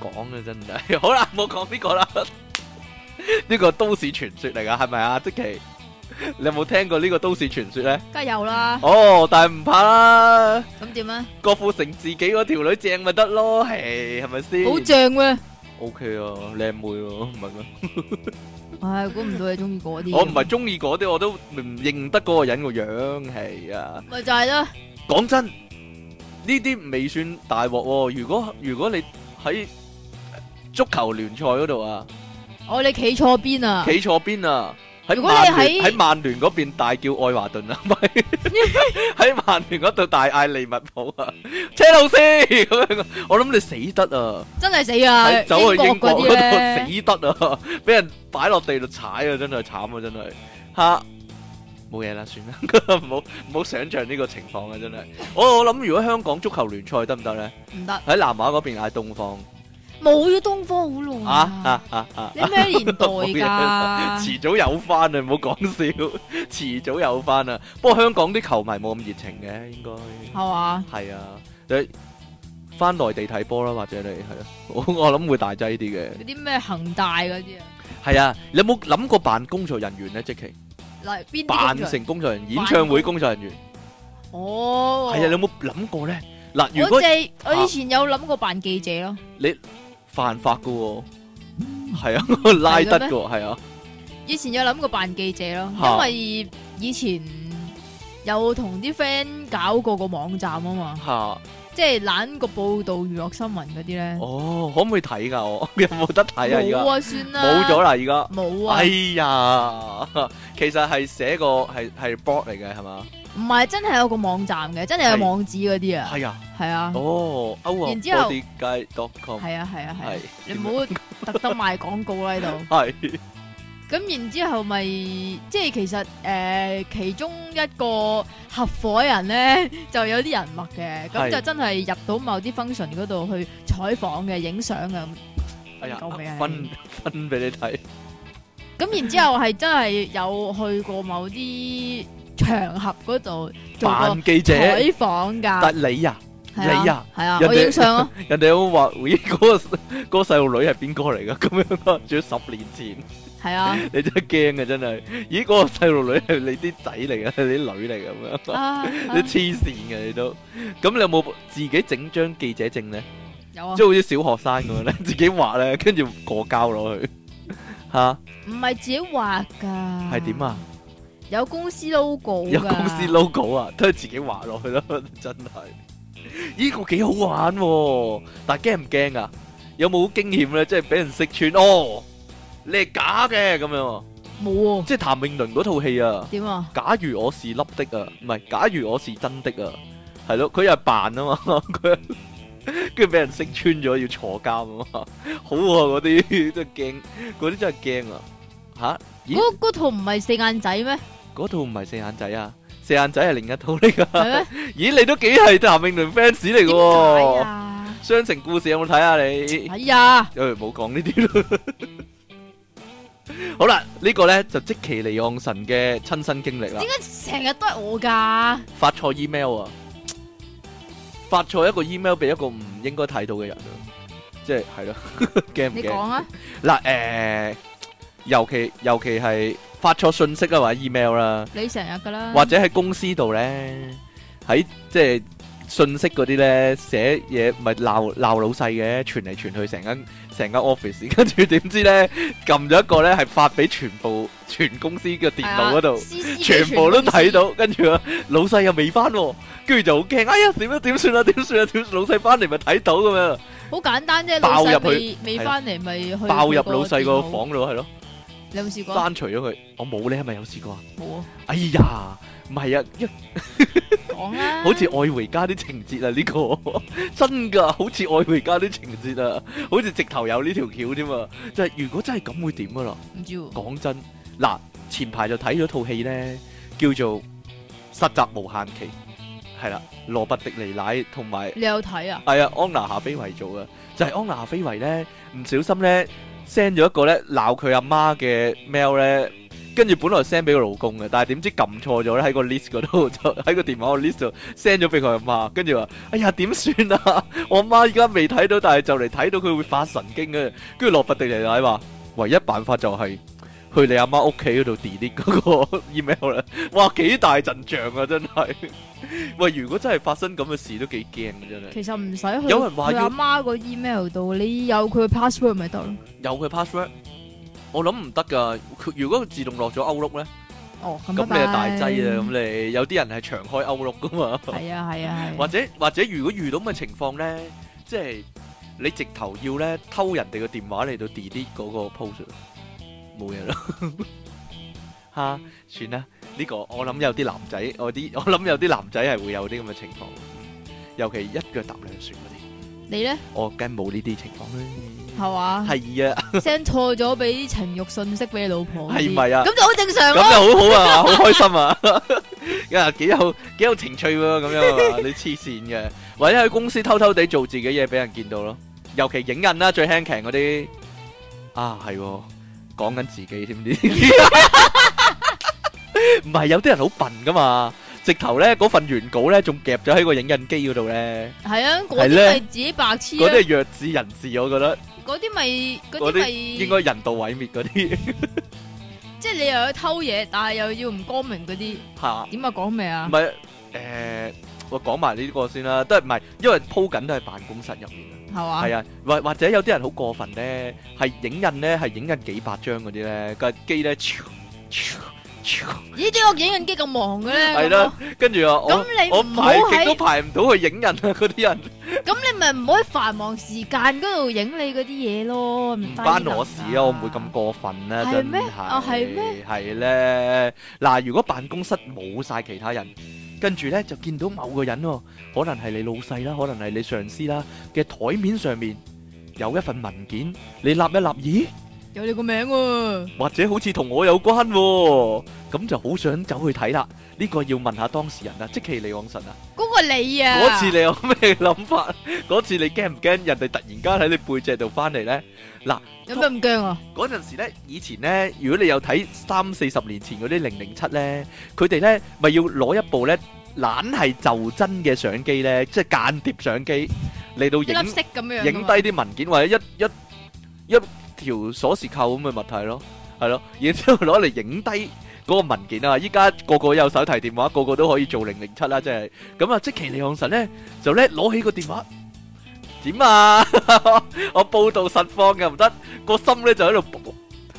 講啊，真係。 好啦，冇講呢個啦， 呢個都市傳說嚟噶，係咪啊？即奇，你有冇聽過呢個都市傳說咧？梗係有啦，哦，但係唔怕啦，咁點啊？郭富城自己嗰條女正咪得咯，係係咪好先正咩？ ？O K 啊，靚妹咯，唔係咩？唉，估唔到你中意嗰啲。我唔係，中意嗰啲，我都唔認得嗰個人個樣，係啊。咪就係啦，講真，呢啲未算大鑊喎。如果如果你喺足球聯賽嗰度啊，我你企錯邊啊？企錯邊啊，喺如果你曼聯喺喺曼聯嗰邊大叫愛華頓 啊，唔係喺曼聯嗰度大嗌利物浦啊，車路士咁樣，我諗你死得啊！真係死啊！喺走去英國國嗰啲咧，嗰度死得啊！ 俾人擺落地度踩啊，真係慘啊，真係吓冇嘢啦，算啦， 唔好唔好想象呢個情況啊，真係。我我諗如果香港足球聯賽得唔得咧？唔得，喺南亞嗰邊嗌東方冇咗東方好耐啊啊啊啊！你咩年 代冇嘢啦㗎？遲早有翻啊，唔好講笑， 遲早有翻啊。不過香港啲球迷冇咁熱情嘅，應該。係嘛？係啊，你翻內地睇波啦，或者你係啊， 我我諗會大劑啲嘅。嗰啲咩恒大嗰啲啊，係啊，你有冇諗過扮工作人員咧？即其嗱邊啲扮工作成工作人員，演唱會工作人員。哦，係啊，你有冇諗過咧？嗱，如我果啊哋我以前有諗過扮記者咯，你犯法噶喎，係啊，拉得噶喎，係啊，以前有諗過扮記者咯，嚇因為以前有同啲 friend 搞過個網站啊嘛，吓。即係懶個報導娛樂新聞嗰啲咧，哦，可唔可以睇噶？我 有冇得睇冇啊？啊算而家啦，冇咗啦，而家。冇啊哎，呀， 其實係寫個係係 blog 嚟嘅係嘛？唔係真係有個網站嘅，真係係有網址嗰啲啊，係啊，係啊，哦然之後，outofbodyguide.com 係啊係啊係係啊，你唔好特登賣廣告啦喺度。係咁然之後咪即係其實誒、呃其中一個合伙人咧就有啲人脈嘅，係咁就真係入到某啲 function 嗰度去採訪嘅、影相嘅。哎呀夠未啊，分分俾你睇，咁然之後係真係有去過某啲場合嗰度做過扮記者，採訪㗎。但你啊，係你啊，係啊，人我哋影相 咯，人哋有冇話咦嗰個嗰個細路女係邊個嚟噶？ 咁樣咯，仲要十年前。 係啊，你真係驚嘅真係，咦嗰、個細路女係你啲仔嚟嘅，係 你啲女嚟嘅咁 樣，啊你黐線嘅你都，咁你有冇自己整張記者證咧？有啊即，係好似小學生咁樣咧，自己畫咧，跟住過膠攞去， 吓唔係自己畫㗎，係點啊？？有公司 logo 有公司 logo 啊，都係自己畫落去咯， 真係。呢個幾好玩喎，但係驚唔驚啊？有冇驚險咧？即係俾人識穿哦，你係假嘅咁樣喎，冇喎，即係譚詠麟嗰套戲啊。點啊？假如我是粒的啊，唔係，假如我是真的啊，係咯，佢又係扮啊嘛， 佢跟住俾人識穿咗要坐監啊嘛，好啊嗰啲 真係驚，嗰啲真係驚啊！吓、咦嗰嗰套唔係四眼 仔咩？嗰套唔係四眼仔啊，四眼仔係另一套嚟係噶。咩？咦，你都幾係譚詠麟 fans 嚟點噶解喎？啊？雙城故事有冇睇啊你？哎呀，誒，冇講呢啲咯。好啦，呢、個呢就即其尼昂神嘅親身經歷啦。點解成日都係我噶？發錯 à. email à. 啊，發錯一個 email 俾一個唔應該睇到嘅人啊，即係 係咯，驚唔你驚講？啊，嗱誒、à, 尤其尤其係發錯信息啦，或者 email 啦，你成日噶啦。或者喺公司度咧，喺即係信息嗰啲咧寫嘢，咪鬧鬧老細嘅，傳嚟傳去成間成間 office，跟 住點知咧撳咗一個咧係發俾全部全公司嘅電腦啊嗰度。全部都睇到，跟住啊老細又未翻喎，跟住就好驚，哎呀點啊點算啊點算啊點老細翻嚟咪睇到咁樣，好簡單啫。爆老入細去未未翻嚟，咪去爆入佢個老細個電腦。房度係咯，你有冇試過？刪除咗佢，我冇你係咪有試過啊？冇啊，哎呀，唔係啊，一講啦。好似愛回家啲情節啊呢個 真㗎，好似愛回家啲情節啊，好似直頭有呢條橋添啊，就係如果真係咁會點㗎啦？唔知喎。講真，嗱前排就睇咗套戲咧，叫做《實習無限期》，係啦，羅拔迪尼奶同埋。你有 睇啊？係啊，安娜夏菲維做嘅，就係、安娜夏菲維咧，唔小心咧 send 咗一個咧鬧佢阿媽嘅 mail 咧，跟住本來 send 俾佢老公嘅，但係點知撳錯咗咧喺個 list 嗰度，就喺個電話個 list 度 send 咗俾佢阿媽，跟住話：哎呀點算啊？ 我阿媽而家未睇到，但係就嚟睇到佢會發神經嘅。跟住羅拔迪尼奶話：唯一辦法就係、去你阿媽屋企嗰度 delete 嗰個 email 啦，哇幾大陣仗啊真係！喂，如果真係發生咁嘅事都幾驚啊真係。其實唔使去。有人話佢要阿媽個 email 度，你有佢 password 咪得咯。有佢 password，我諗唔得噶。佢如果佢自動落咗 Outlook 咧，哦，咁咁你就大劑啊啦。咁你有啲人係長開 Outlook 噶嘛， 係啊係啊係或啊。者或者如果遇到咁嘅情況咧，即係你直頭要咧 偷人哋嘅電話嚟到 delete 嗰個 post，冇嘢啦。吓，算啦，呢、個我諗有啲男仔，我啲我諗有啲男仔係會有啲咁嘅情況，尤其一腳踏兩船嗰啲，你咧我梗冇呢啲情況係啦。嘛係啊， ？send 錯咗俾情欲信息俾你老婆嗰啲，係咪啊咁就好正常咁咯。就好好啊，好開心啊， 呀幾有幾有情趣喎，咁 樣啊，你黐線嘅，或者喺公司偷偷地做自己嘢俾人見到咯，尤其影印啦，最輕騎嗰啲，啊係喎，講緊自己添啲， 唔係有啲人好笨噶嘛，直頭咧嗰份原稿咧仲夾咗喺個影印機嗰度咧，係啊，係嗰啲咧咪自己白痴嗰啊啲，係弱智人士，我覺得嗰啲咪嗰嗰啲啲咪應該人道毀滅嗰啲 即係你又要偷嘢，但係又要唔光明嗰啲，嚇。點啊講未啊唔？係誒，我講埋呢個先啦，都係唔係，因為鋪緊都係辦公室入面係嘛？啊，係啊，或或者有啲人好過分咧，係影印咧，係影印幾百張嗰啲咧，個機咧，啾啾啾咦？點解影印機咁忙嘅咧？係啦跟住啊，我咁你我唔好排極都喺排唔到去影印啊，嗰啲人咁，咁你咪唔好喺繁忙時間嗰度影你嗰啲嘢咯，唔唔關我事啊，我唔會咁。過分啦，係真咩係啊係咩？係咧，嗱，如果辦公室冇晒其他人，跟住咧就見到某個人喎，可能係你老細啦，可能係你上司啦嘅台面上面有一份文件，你立一立，咦，有你個名喎，或者好似同我有關喎，咁就好想走去睇啦。呢個要問下當事人啊，即其李昂臣啊，嗰個你啊，嗰次你有咩諗法？嗰次你驚唔驚人哋突然間喺你背脊度翻嚟咧？有咩咁驚啊？嗰陣時咧，以前咧，如果你有睇三四十年前嗰啲零零七咧，佢哋咧咪要攞一部咧懶係就真嘅相機咧，即係間諜相機嚟到一粒影色咁樣㗎嘛，影低啲文件或者一一一條鎖匙扣咁嘅物體咯，係 咯，然之後攞嚟影低嗰個文件啊！依家個個有手提電話，個個都可以做零零七啦，即係咁啊！即其利用神咧，就咧攞起個電話。點 啊！我報道實況嘅唔得，個心咧就喺度卜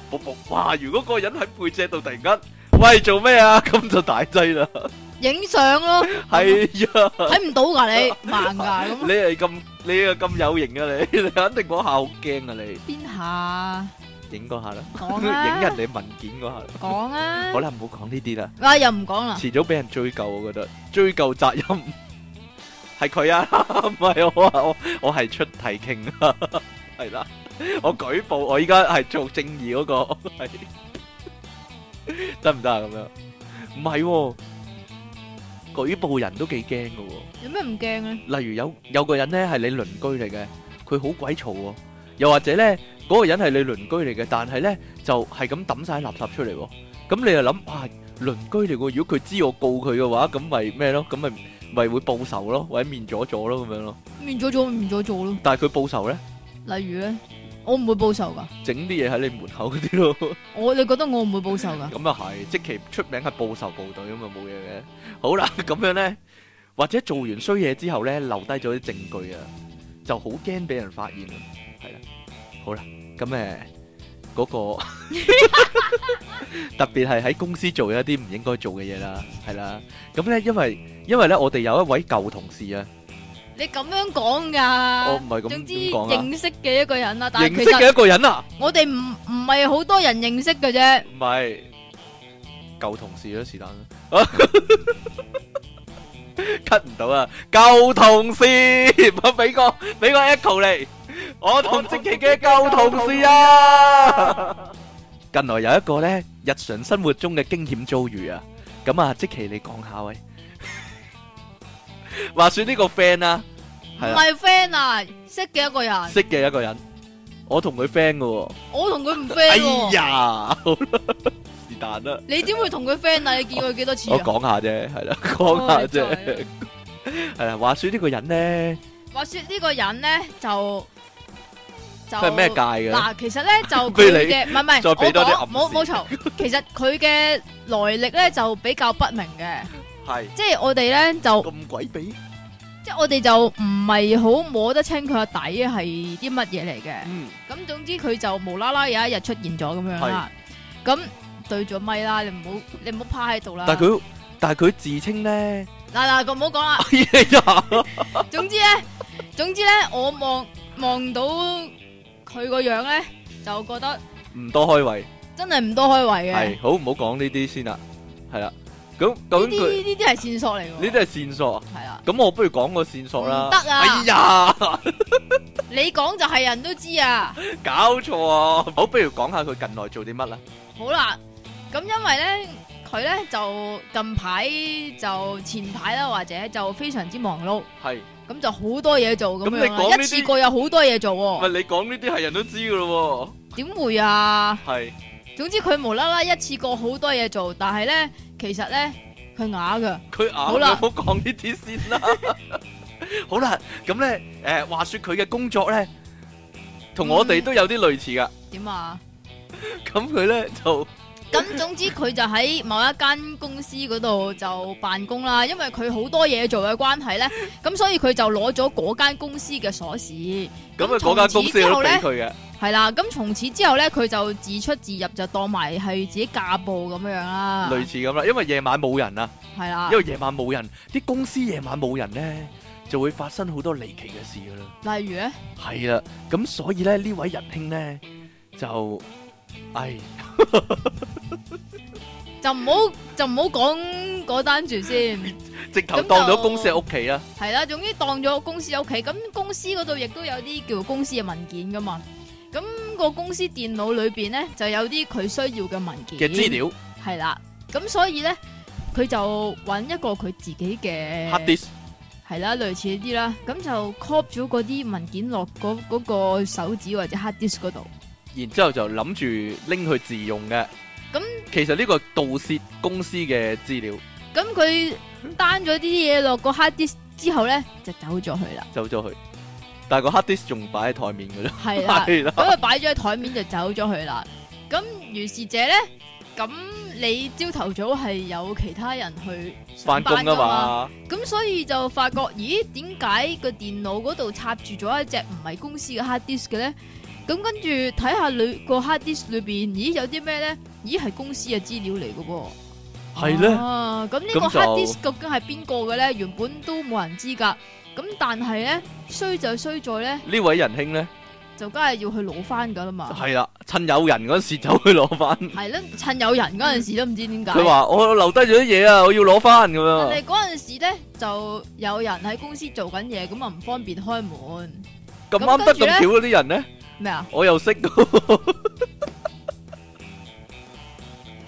卜卜卜，哇！如果嗰個人喺背脊度突然間，喂做咩啊？咁就大劑啦，影 相咯，係啊！睇唔到㗎你，盲㗎咁你係咁，你係咁有型 啊！你，你肯定嗰下好驚啊！你邊下影嗰下啦，講啊， 影人哋文件嗰下啦。講啊好，啦，唔好講呢啲啦，啊又唔講啦，遲早俾人追究，我覺得追究責任 係佢啊， 唔係我啊，我我係出題傾啊， 係啦，我舉報，我依家係做正義嗰個，係得唔得啊？咁樣唔係喎，舉報人都幾驚噶喎。有咩唔驚咧？例如有有個人咧係你鄰居嚟嘅，佢好鬼嘈喎。又或者咧嗰、個人係你鄰居嚟嘅，但係咧就係咁抌晒垃圾出嚟喎。咁你就諗啊，鄰居嚟喎，如果佢知我告佢嘅話，咁咪咩咯？咁咪咪會報仇咯，或者面咗咗咯咁樣咯。面咗咗，面咗咗咯。但係佢報仇咧，例如咧，我唔會報仇㗎，整啲嘢喺你門口嗰啲咯。我你覺得我唔會報仇㗎？咁又啊係，即其出名係報仇部隊咁啊，冇嘢嘅。好啦，咁樣咧，或者做完衰嘢之後咧，留低咗啲證據啊，就好驚俾人發現啊，係啦。好啦，咁誒嗰個 特別係喺公司做一啲唔應該做嘅嘢啦，係啦。咁咧，因為因為咧，我哋有一位舊同事啊，哦你咁樣講㗎，我唔係咁啊總之點講啊，認識嘅一個人啦，但認係其識嘅實一個人啊，我哋唔唔係好多人認識嘅啫。唔係舊同事咯，是但啦。cut 唔到啊！舊同事，我俾個俾個 echo 嚟，我同積淇嘅舊同事啊！近來有一個咧日常生活中嘅驚險遭遇啊，咁啊，積淇你講下喂。 話說呢個 friend 啊，唔係啊，係 friend 啊，識嘅一個人，識嘅一個人，我同佢 friend 嘅喎。我同佢唔哎 friend 喎。呀，好啦，是但啦。你點會同佢 friend 啊？你見過佢幾多次我啊？講下啫，係啦，講下哦你真啫係。係啦，話說呢個人咧，話說呢個人咧就就佢係咩界嘅咧？嗱，其實 咧就不如佢你嘅唔係唔係，再俾多啲我講冇暗冇示錯。其實佢嘅來歷咧就比較不明嘅，係即係我哋咧就咁鬼比，即係我哋就唔係好摸得清佢個底係啲乜嘢嚟嘅。嗯，咁總之佢就無啦啦有一日出現咗咁樣啦。咁對咗咪啦，你唔好你唔好趴喺度啦。但係佢但係佢自稱咧，嗱嗱咁唔好講 啦。哎呀，總之咧，總之咧，我望望到佢個樣咧，就覺得 唔多開胃，真真係唔多開胃嘅。系好唔好講呢啲先啦，係啦。咁究呢竟佢啲呢啲係線索嚟㗎喎。呢啲係線索啊？係啦，咁我不如講個線索啦。唔得啊哎呀，你講就係人都知啊。搞錯啊！好，不如講下佢近來做啲乜啦。好啦，咁因為咧，佢咧就近排就前排啦，或者就非常之忙碌，係，咁就好多嘢做咁咁樣你啦講呢啲一次過有好多嘢做喂，喎。你講呢啲係人都知噶咯點會啊？喎。係總之佢無啦啦一次過好多嘢做，但係咧其實咧佢啞㗎。佢硬好啦唔好講呢啲先 啦。好啦，咁咧，诶，话说佢嘅工作咧，同我哋嗯都有啲類似噶。點啊？咁佢咧就咁總之佢就喺某一間公司嗰度就辦公啦，因為佢好多嘢做嘅關係咧，咁所以佢就攞咗嗰間公司嘅鎖匙。咁啊，咁嗰間公司從此之都後俾咧佢嘅。係啦，咁從此之後咧，佢就自出自入就當埋係自己架步咁樣樣啦，類似咁啦，因為夜晚冇人啊，係啦因，為夜晚冇人，啲公司夜晚冇人咧，就會發生好多離奇嘅事噶啦。例如咧，係啦，咁所以咧呢位仁兄咧就，唉，就唔好就唔好講嗰單住先，直頭咁就當咗公司係屋企啦，係啦，總之當咗公司屋企，咁公司嗰度亦都有啲叫公司嘅文件噶嘛，咁、個公司電腦裏边咧就有啲佢需要嘅文件嘅資料系啦，咁所以咧，佢就揾一個佢自己嘅 hard disk 係啦，類似呢啲啦，咁就 copy 咗嗰啲文件落嗰嗰個手指或者 hard disk 嗰度，然之後就諗住拎去自用嘅。咁其實呢個盜竊公司嘅資料咁佢嗯單咗啲嘢落個 hard disk 之後咧，就走咗去啦，走咗去，但係個 hard disk 仲擺喺台面噶啦，係啦，係啦，咁啊擺咗喺台面就走咗去啦，咁如是者咧，咁你朝頭早係有其他人去翻工上班噶㗎嘛。嘛，咁所以就發覺，咦？點解個電腦嗰度插住咗一隻唔係公司嘅 hard disk 嘅咧？咁跟住睇下裏個 hard disk 裏邊，咦有啲咩咧？咦係公司嘅資料嚟嘅噃。係咧，啊咁呢咁個就 hard disk 究竟係邊個嘅咧？原本都冇人知㗎。咁但係咧，衰就衰在咧，呢位仁兄咧就梗係要去攞翻㗎啦嘛。係啦，趁有人嗰時走去攞翻。係啦，趁有人嗰陣時都唔知點解。佢話：啊我留低咗啲嘢啊，我要攞翻咁人樣。哋嗰陣時咧，就有人喺公司做緊嘢，咁啊唔方便開門咁啱得跟住咁呢巧嗰啲人咧， 咩啊？我又識到。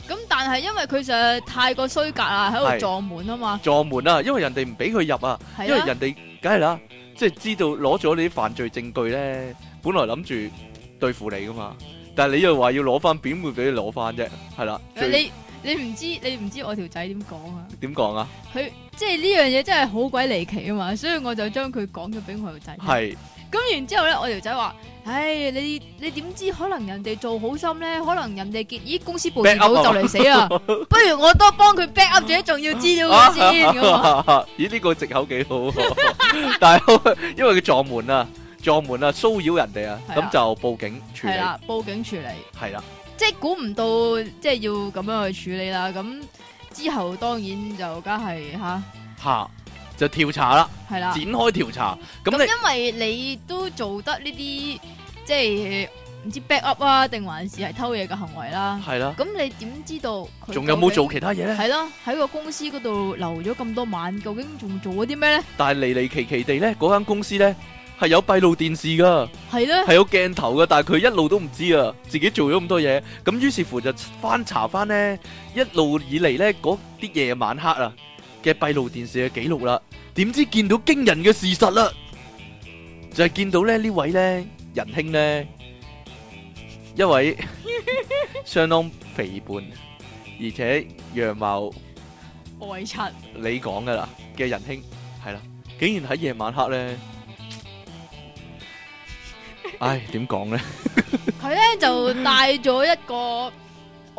咁但係因為佢就太過衰格啊，喺係度撞門啊嘛，撞門啊，因為人哋唔俾佢入啊，因係為啊，人哋梗係啦，即係知道攞咗你啲犯罪證據咧，本來諗住對付你噶嘛，但係你又話要攞翻，點會俾你攞翻啫？係啦，最你你唔知你唔知我條仔點講啊？點講 啊？佢即係呢樣嘢真係好鬼離奇啊嘛，所以我就將佢講咗俾我條仔。係咁然之後咧，我條仔話：，唉，你你點知？可能人哋做好心咧，可能人哋結咦公司部電 Back up 腦就嚟死 啦，不如我都幫佢 back up 咗啲重要資料啊佢先咁啊。咦？呢個藉口幾好喎， 但係因為佢撞門啊，撞門啊，騷擾人哋啊，係啊咁就報警 處理係，啦，報警處理。係啦，即係估唔到，即係要咁樣去處理啦。咁之後當然就梗係吓嚇就調查啦，係啦展。開調查。咁你啊咁因為你都做得呢啲即係唔知 back up 啊，定還是係偷嘢嘅行為啦。係啦。咁你點知道佢仲有冇做究其他嘢竟？咧？係咯，喺個公司嗰度留咗咁多晚，究竟仲做咗啲咩咧？但係離離奇奇地咧，嗰間公司咧係有閉路電視噶，係 咧，係有鏡頭噶，但係佢一路都唔知啊，自己做咗咁多嘢，咁於是乎就翻查翻咧，一路以嚟咧嗰啲夜晚黑啊嘅閉路電視嘅記錄啦，點知見到驚人嘅事實啦，就係、見到咧呢位咧仁兄咧一位相當肥胖，而且樣貌。外出係你講噶啦嘅仁兄係啦，竟然喺夜晚黑咧，唉點講咧？咧就帶咗一個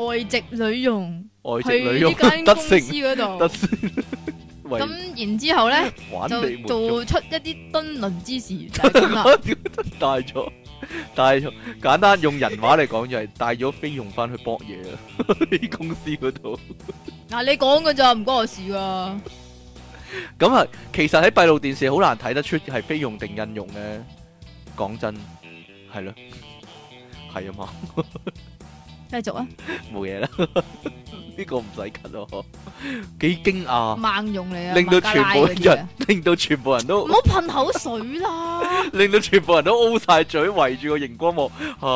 外籍女傭外籍女去呢傭 間得公司勝嗰得度。勝，為咁然之後咧。玩你就們做做出一啲敦倫之事就係咁 啦，帶咗帶咗，簡單用人話嚟講就係帶咗菲傭翻去搏嘢啦， 喺公司嗰度。嗱你講嘅咋，唔關我事噶，咁啊，其實喺閉路電視好難睇得出係菲傭定印傭嘅，講真係咯，係啊嘛。继续啊，冇 嘢啦，呢個唔使 cut 咯，幾驚訝，孟用嚟啊，令到孟加拉全部嗰啲啊人令到全部人都唔好噴口水啦，令到全部人都 O 晒嘴，圍住個熒光幕，吓、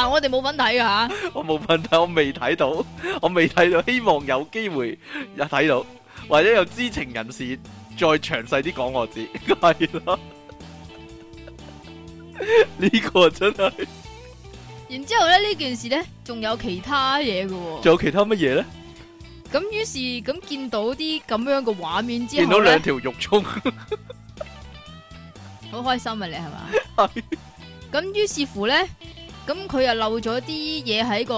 嗱我哋冇份睇噶吓，我冇問題，我未睇到，我未睇到，希望有機會有睇到，或者有知情人士再詳細啲講我知，係咯。呢個真係，然之后咧呢件事咧仲有其他嘢嘅喎。仲有其他乜嘢咧？咁於是咁見到啲咁樣嘅畫面之見後到兩咧，條肉葱，好開心啊！你係 嘛？咁於是乎咧，咁佢又漏咗啲嘢喺個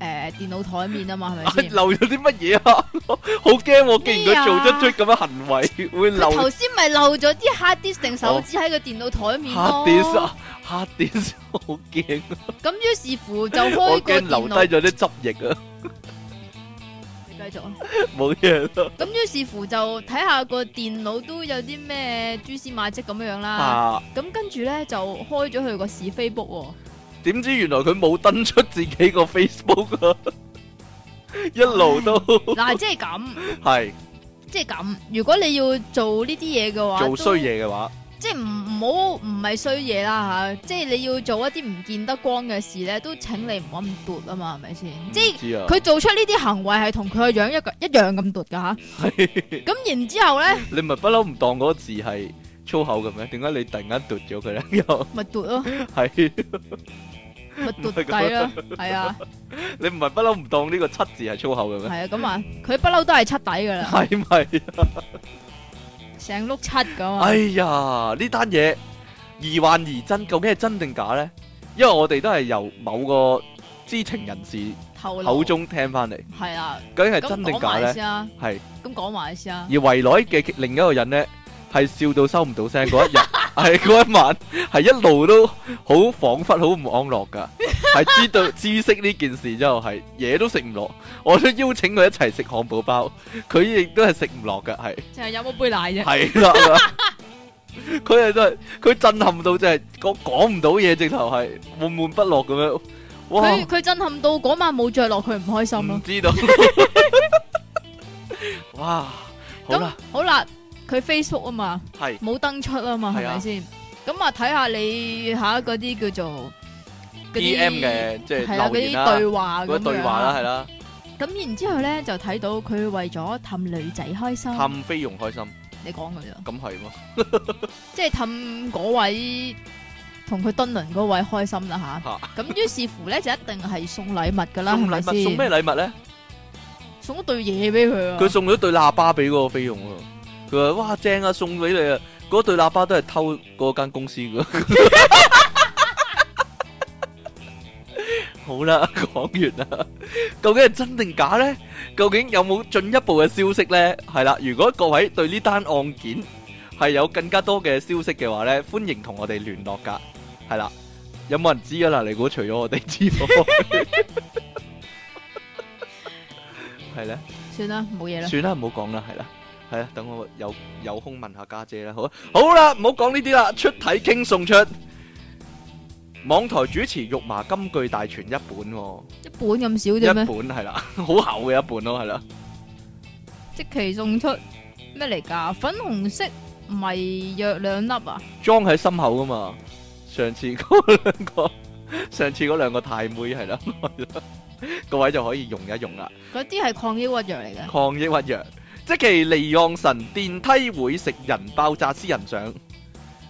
诶、呃、電腦台面啊嘛，係咪先？漏咗啲乜嘢啊？好驚我，既然佢咩啊做得出咁嘅行為，會 漏佢頭先咪漏咗啲 hard disk 定手指喺個電腦台面 hard disk 咯。啊，hard disk，好驚，咁於是乎就開我個驚電留腦，低咗啲汁液啊，你繼續啊。冇嘢啦。咁於是乎就睇下個電腦都有啲咩蛛絲馬跡咁樣樣啦。啊咁跟住咧就開咗佢個是非 book 喎。點知原來佢冇登出自己個 Facebook 啊， 一路都 嗱，即係咁。係即系咁，如果你要做呢啲嘢嘅话，做衰都，嘢嘅話，即系唔唔好唔系衰嘢啦吓，即系你要做一啲唔见得光嘅事咧，都请你唔好咁奪啊嘛，系咪先？即唔系知啊，佢做出呢啲行为系同佢個樣一個一樣咁奪噶吓，咁然之后咧你咪不嬲唔當嗰個字係粗口嘅咩？點解你突然間奪咗佢 咧？又咪奪咯，係咪奪計 啦，係啊你唔係不嬲唔當呢個七字係粗口嘅係咩？啊，咁啊，佢不嬲都係七底噶啦，係咪？成碌七咁啊，哎呀，呢單嘢疑幻疑真，究竟係真定假咧？因為我哋都係由某個知情人士頭口中聽翻嚟，系啦，究竟係咁真定講假埋咧？先啊，係。咁講埋先啊，而圍內嘅另一個人呢，係笑到收唔到聲嗰一日， 係嗰一晚，係一路都好彷彿好唔安樂噶，係 知道知識呢件事之後係嘢都食唔落，我都邀請佢一齊食漢堡包，佢亦都係食唔落 噶，係就係飲咗杯奶啫，係啦。佢係真係，佢震撼到真係講講唔到嘢，直頭係悶悶不樂咁樣。哇！佢佢震撼到嗰晚冇着落，佢唔開心咯唔。知道。 哇！好咁啦，好啦，佢 Facebook 啊嘛，係冇登出啊嘛，係係啊咪先？咁啊，睇下你吓嗰啲叫做嗰 D.M. 嘅即係係啦，留嗰言啲啦。對嗰話咁啲對話啦，樣係啦，咁然之後咧就睇到佢為咗氹女仔開心，氹菲傭開心，你講佢咋？咁係喎，即係氹嗰位同佢敦鄰嗰位開心啦嚇吓。咁於是乎咧就一定係送禮物噶啦，係送咪禮物送咩先？禮物咧？送一對嘢俾佢啊佢！送咗對喇叭俾嗰個菲傭喎，佢話：哇正啊，送俾你啊！嗰對喇叭都係偷嗰間公司嘅。 好啦，講完啦，究竟係真定假咧？究竟有冇進一步嘅消息咧？係啦，如果各位對呢單案件係有更加多嘅消息嘅話咧，歡迎同我哋聯絡噶。係啦，有冇人知噶啦？你估除咗我哋之外，係咧？算啦，冇嘢啦。算啦，唔好講啦，係啦，係啦，等我有有空問下家姐啦，好啊，好啦，唔好講呢啲啦，出體傾送出網台主持肉麻金句大全一本、喎，一本咁少一啫本咩？係啦， 好厚嘅一本咯，係啦，即期送出咩嚟噶？粉紅色迷藥兩粒啊！裝喺心口噶嘛，上次嗰 兩個，上次嗰兩個太妹係啦， 係啦各位就可以用一用啦，嗰啲係抗抑鬱藥嚟嘅，抗抑鬱藥，即其離岸神電梯會食人爆炸私人相，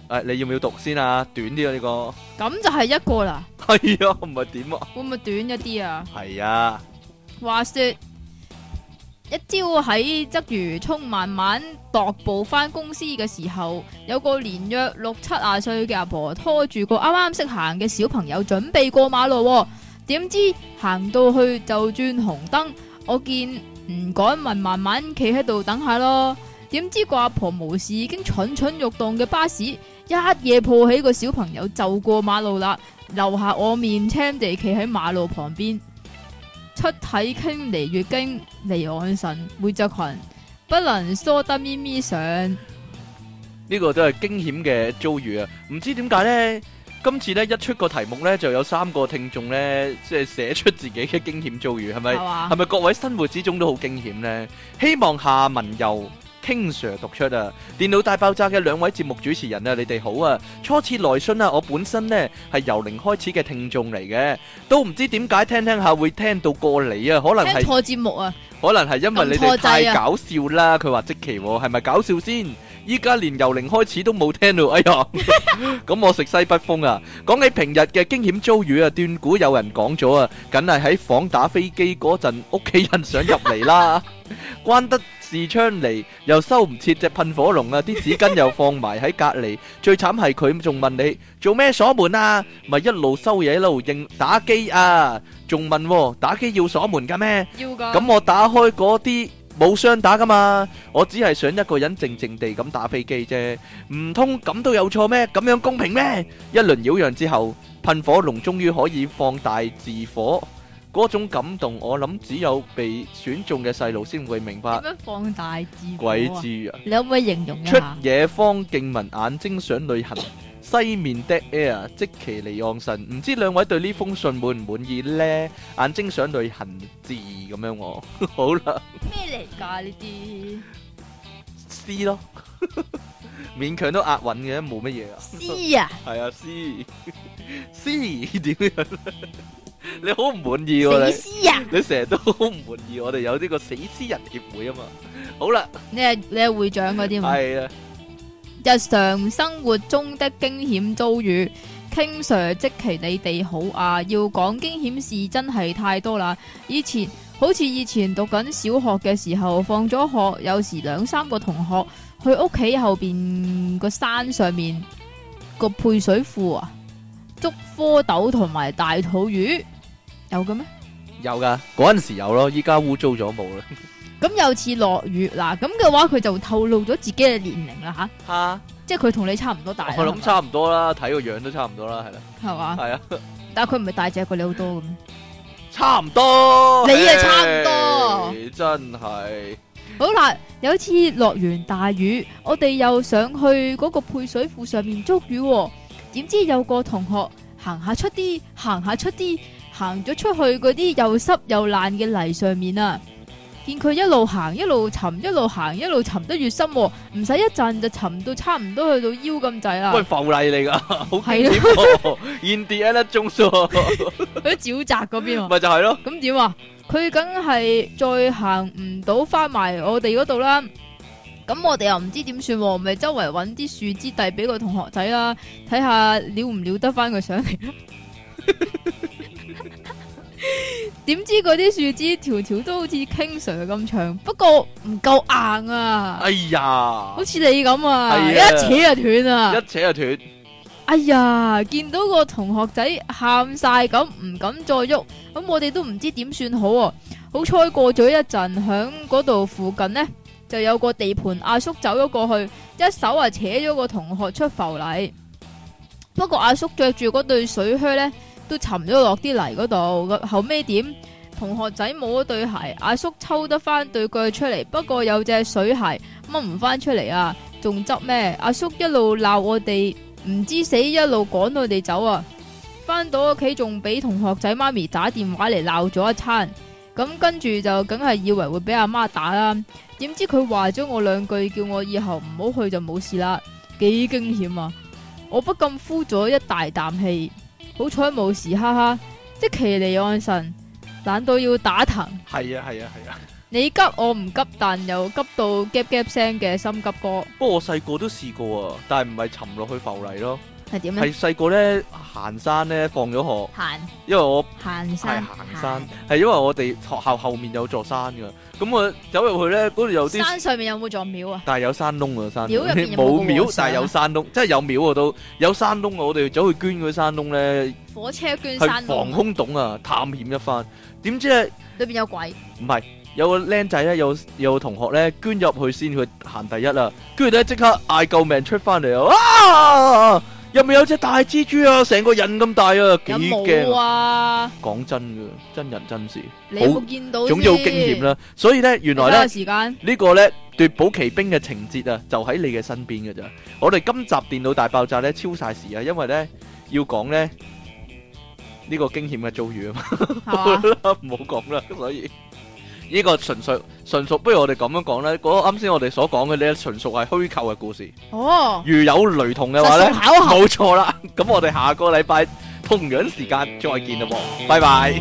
誒、你要唔要讀先啊？短啲啊呢個。咁就係一個啦，係啊，唔係點啊？會唔會短一啲啊？係啊，話說一朝喺鰂魚涌慢慢踱步翻公司嘅時候，有個年約六七廿歲嘅阿婆拖住個啱啱識行嘅小朋友，準備過馬路、喎。點知行到去就轉紅燈，我見唔趕咪慢慢企喺度等下咯。點知個阿婆無視已經蠢蠢欲動嘅巴士，一夜抱起個小朋友就過馬路啦，留下我面青地企喺馬路旁邊。出體傾離月經離岸神會着裙，不能梳得咪咪上。呢個都係驚險嘅遭遇啊！唔知點解咧，今次咧一出個題目咧，就有三個聽眾咧，即係寫出自己嘅驚險遭遇，係咪？係嘛係咪各位生活之中都好驚險呢？希望下文由 King Sir 讀出啊！電腦大爆炸嘅兩位節目主持人啊，你哋好啊！初次來信啊，我本身呢係由零開始嘅聽眾嚟嘅，都唔知點解聽聽下會聽到過你啊，可能聽係錯節目啊，可能係因為你哋撳錯掣太啊搞笑啦。佢話即期喎，係咪搞笑先？依家連由零開始都冇聽到，哎呀！ 咁我食西北風啊！講起平日嘅驚險遭遇啊，斷估有人講咗啊，梗係喺房打飛機嗰陣，屋企人想入嚟啦， 關得視窗嚟，又收唔切隻噴火龍啊，啲紙巾又放埋喺隔離，最慘係佢仲問你做咩鎖門啊，咪一路收嘢一路應打機啊，仲問喎打機要鎖門㗎咩？要噶咁我打開嗰啲冇雙打噶嘛，我只係想一個人靜靜地咁打飛機啫，唔通咁都有錯咩？咁樣公平咩？一輪擾攘之後，噴火龍終於可以放大自火，嗰種感動我諗只有被選中嘅細路先會明白，點樣放大字幕啊啊鬼知啊！你可唔可以形容一出下？野方敬文眼睛想旅行，西面 dead air 即其離岸神，唔知兩位對呢封信滿唔滿意呢？眼睛想旅行字咁樣喎， 好啦。咩嚟噶呢啲 C 咯， 勉強都押韻嘅，冇乜嘢啊。詩啊？係啊，C C 點樣呢？ 你好唔滿意喎、死詩啊？你，你成日都好唔滿意。我哋有呢個死屍人協會啊嘛。好啦，你係你係會長嗰啲嘛？係啊，日常生活中的驚險遭遇。King Sir，即其你哋好啊！要講驚險事真係太多啦。以前好似以前讀緊小學嘅時候，放咗學，有時兩三個同學去屋企後邊個山上面個配水庫啊，捉蝌蚪同埋大肚魚，有嘅咩？有噶，嗰陣時有咯，依家污糟咗冇啦。咁有次落雨嗱，咁嘅話佢就透露咗自己嘅年齡啦吓， 嚇，即係佢同你差唔多大啦，啊哦我諗差唔多啦，睇個樣都差唔多啦，係啦，係嘛？係啊，但係佢唔係大隻過你好多嘅咩？差唔多。你啊差唔多唉真係好啦，有一次落完大雨，我哋又上去嗰個配水庫上面捉魚、喎。點知有個同學行下出啲，行下出啲，行咗出去嗰啲又濕又爛嘅泥上面啊！見佢一路行一路沉，一路行一路沉得越深、喎，唔使一陣就沉到差唔多去到腰咁滯啦喂，浮例嚟㗎，好係驚險喎。Indiana Jones 喎去咗沼澤嗰邊喎。咪就係咯。咁點啊？佢梗係再行唔到翻埋我哋嗰度啦。咁我哋又唔知點算喎，咪周圍揾啲樹枝遞俾個同學仔啦，睇下撩唔撩得翻佢上嚟。 點知嗰啲樹枝條條都好似 King Sir 咁長，不過唔夠硬啊，哎呀好！似你咁啊，係一啊扯就斷啊！一扯就斷，哎呀，見到個同學仔喊晒咁，唔敢再喐，咁我哋都唔知點算好喎、好彩過咗一陣，響嗰度附近呢，就有個地盤阿叔走咗過去，一手啊扯咗個同學出浮嚟。不過阿叔着住嗰對水靴呢，都沉咗落啲泥嗰度。咁後尾點？同學仔冇咗對鞋，阿叔抽得翻對腳出嚟，不過有隻水鞋掹唔翻出嚟啊！仲執咩？阿叔一路鬧我哋。唔知死一路趕我哋走啊！翻到屋企仲俾同學仔媽咪打電話嚟鬧咗一餐，咁跟住就梗係以為會俾阿媽打啦。點知佢話咗我兩句，叫我以後唔好去就冇事啦，幾驚險啊！我不禁呼咗一大啖氣，好彩冇事，哈哈！即其離岸神，懶到要打藤。係啊係啊係啊！你急我唔急，但又急到夾夾聲嘅心急哥不過我細個都試過啊，但係唔係沉落去浮泥咯，係點呢？係細個咧行山咧放咗學，行因為我行係山行山，係因為我哋學校後面有座山噶，咁我走入去咧嗰度有啲，山上面有冇座廟啊？但係有山窿啊山廟入邊窿，有冇個冇廟和尚啊但係有山窿，即係有廟我都有山窿啊，我哋走去捐嗰啲山窿咧，火車捐係山防窿，空洞啊，探險一番，點知咧？裏邊有鬼，唔係，有個僆仔咧，有有個同學咧捐入去先，佢行第一啦，跟住咧即刻嗌救命出翻嚟啊！入面有隻大蜘蛛啊，成個人咁大啊，幾有驚冇啊！啊？講真噶，真人真事，你有冇見到？總之好驚險。啦。所以咧，原來咧。時間呢個呢奪寶奇兵嘅情節啊，就喺你嘅身邊嘅咋。我哋今集電腦大爆炸呢，超晒時啊，因為呢要講咧呢個驚險嘅遭遇啊嘛。系嘛？唔 好講啦，所以呢個純粹純屬，不如我哋咁樣講啦。嗰個啱先我哋所講嘅呢，純屬係虛構嘅故事。哦，如有雷同嘅話實呢，屬巧合冇錯啦。咁我哋下個禮拜同樣時間再見啦，噃，拜拜。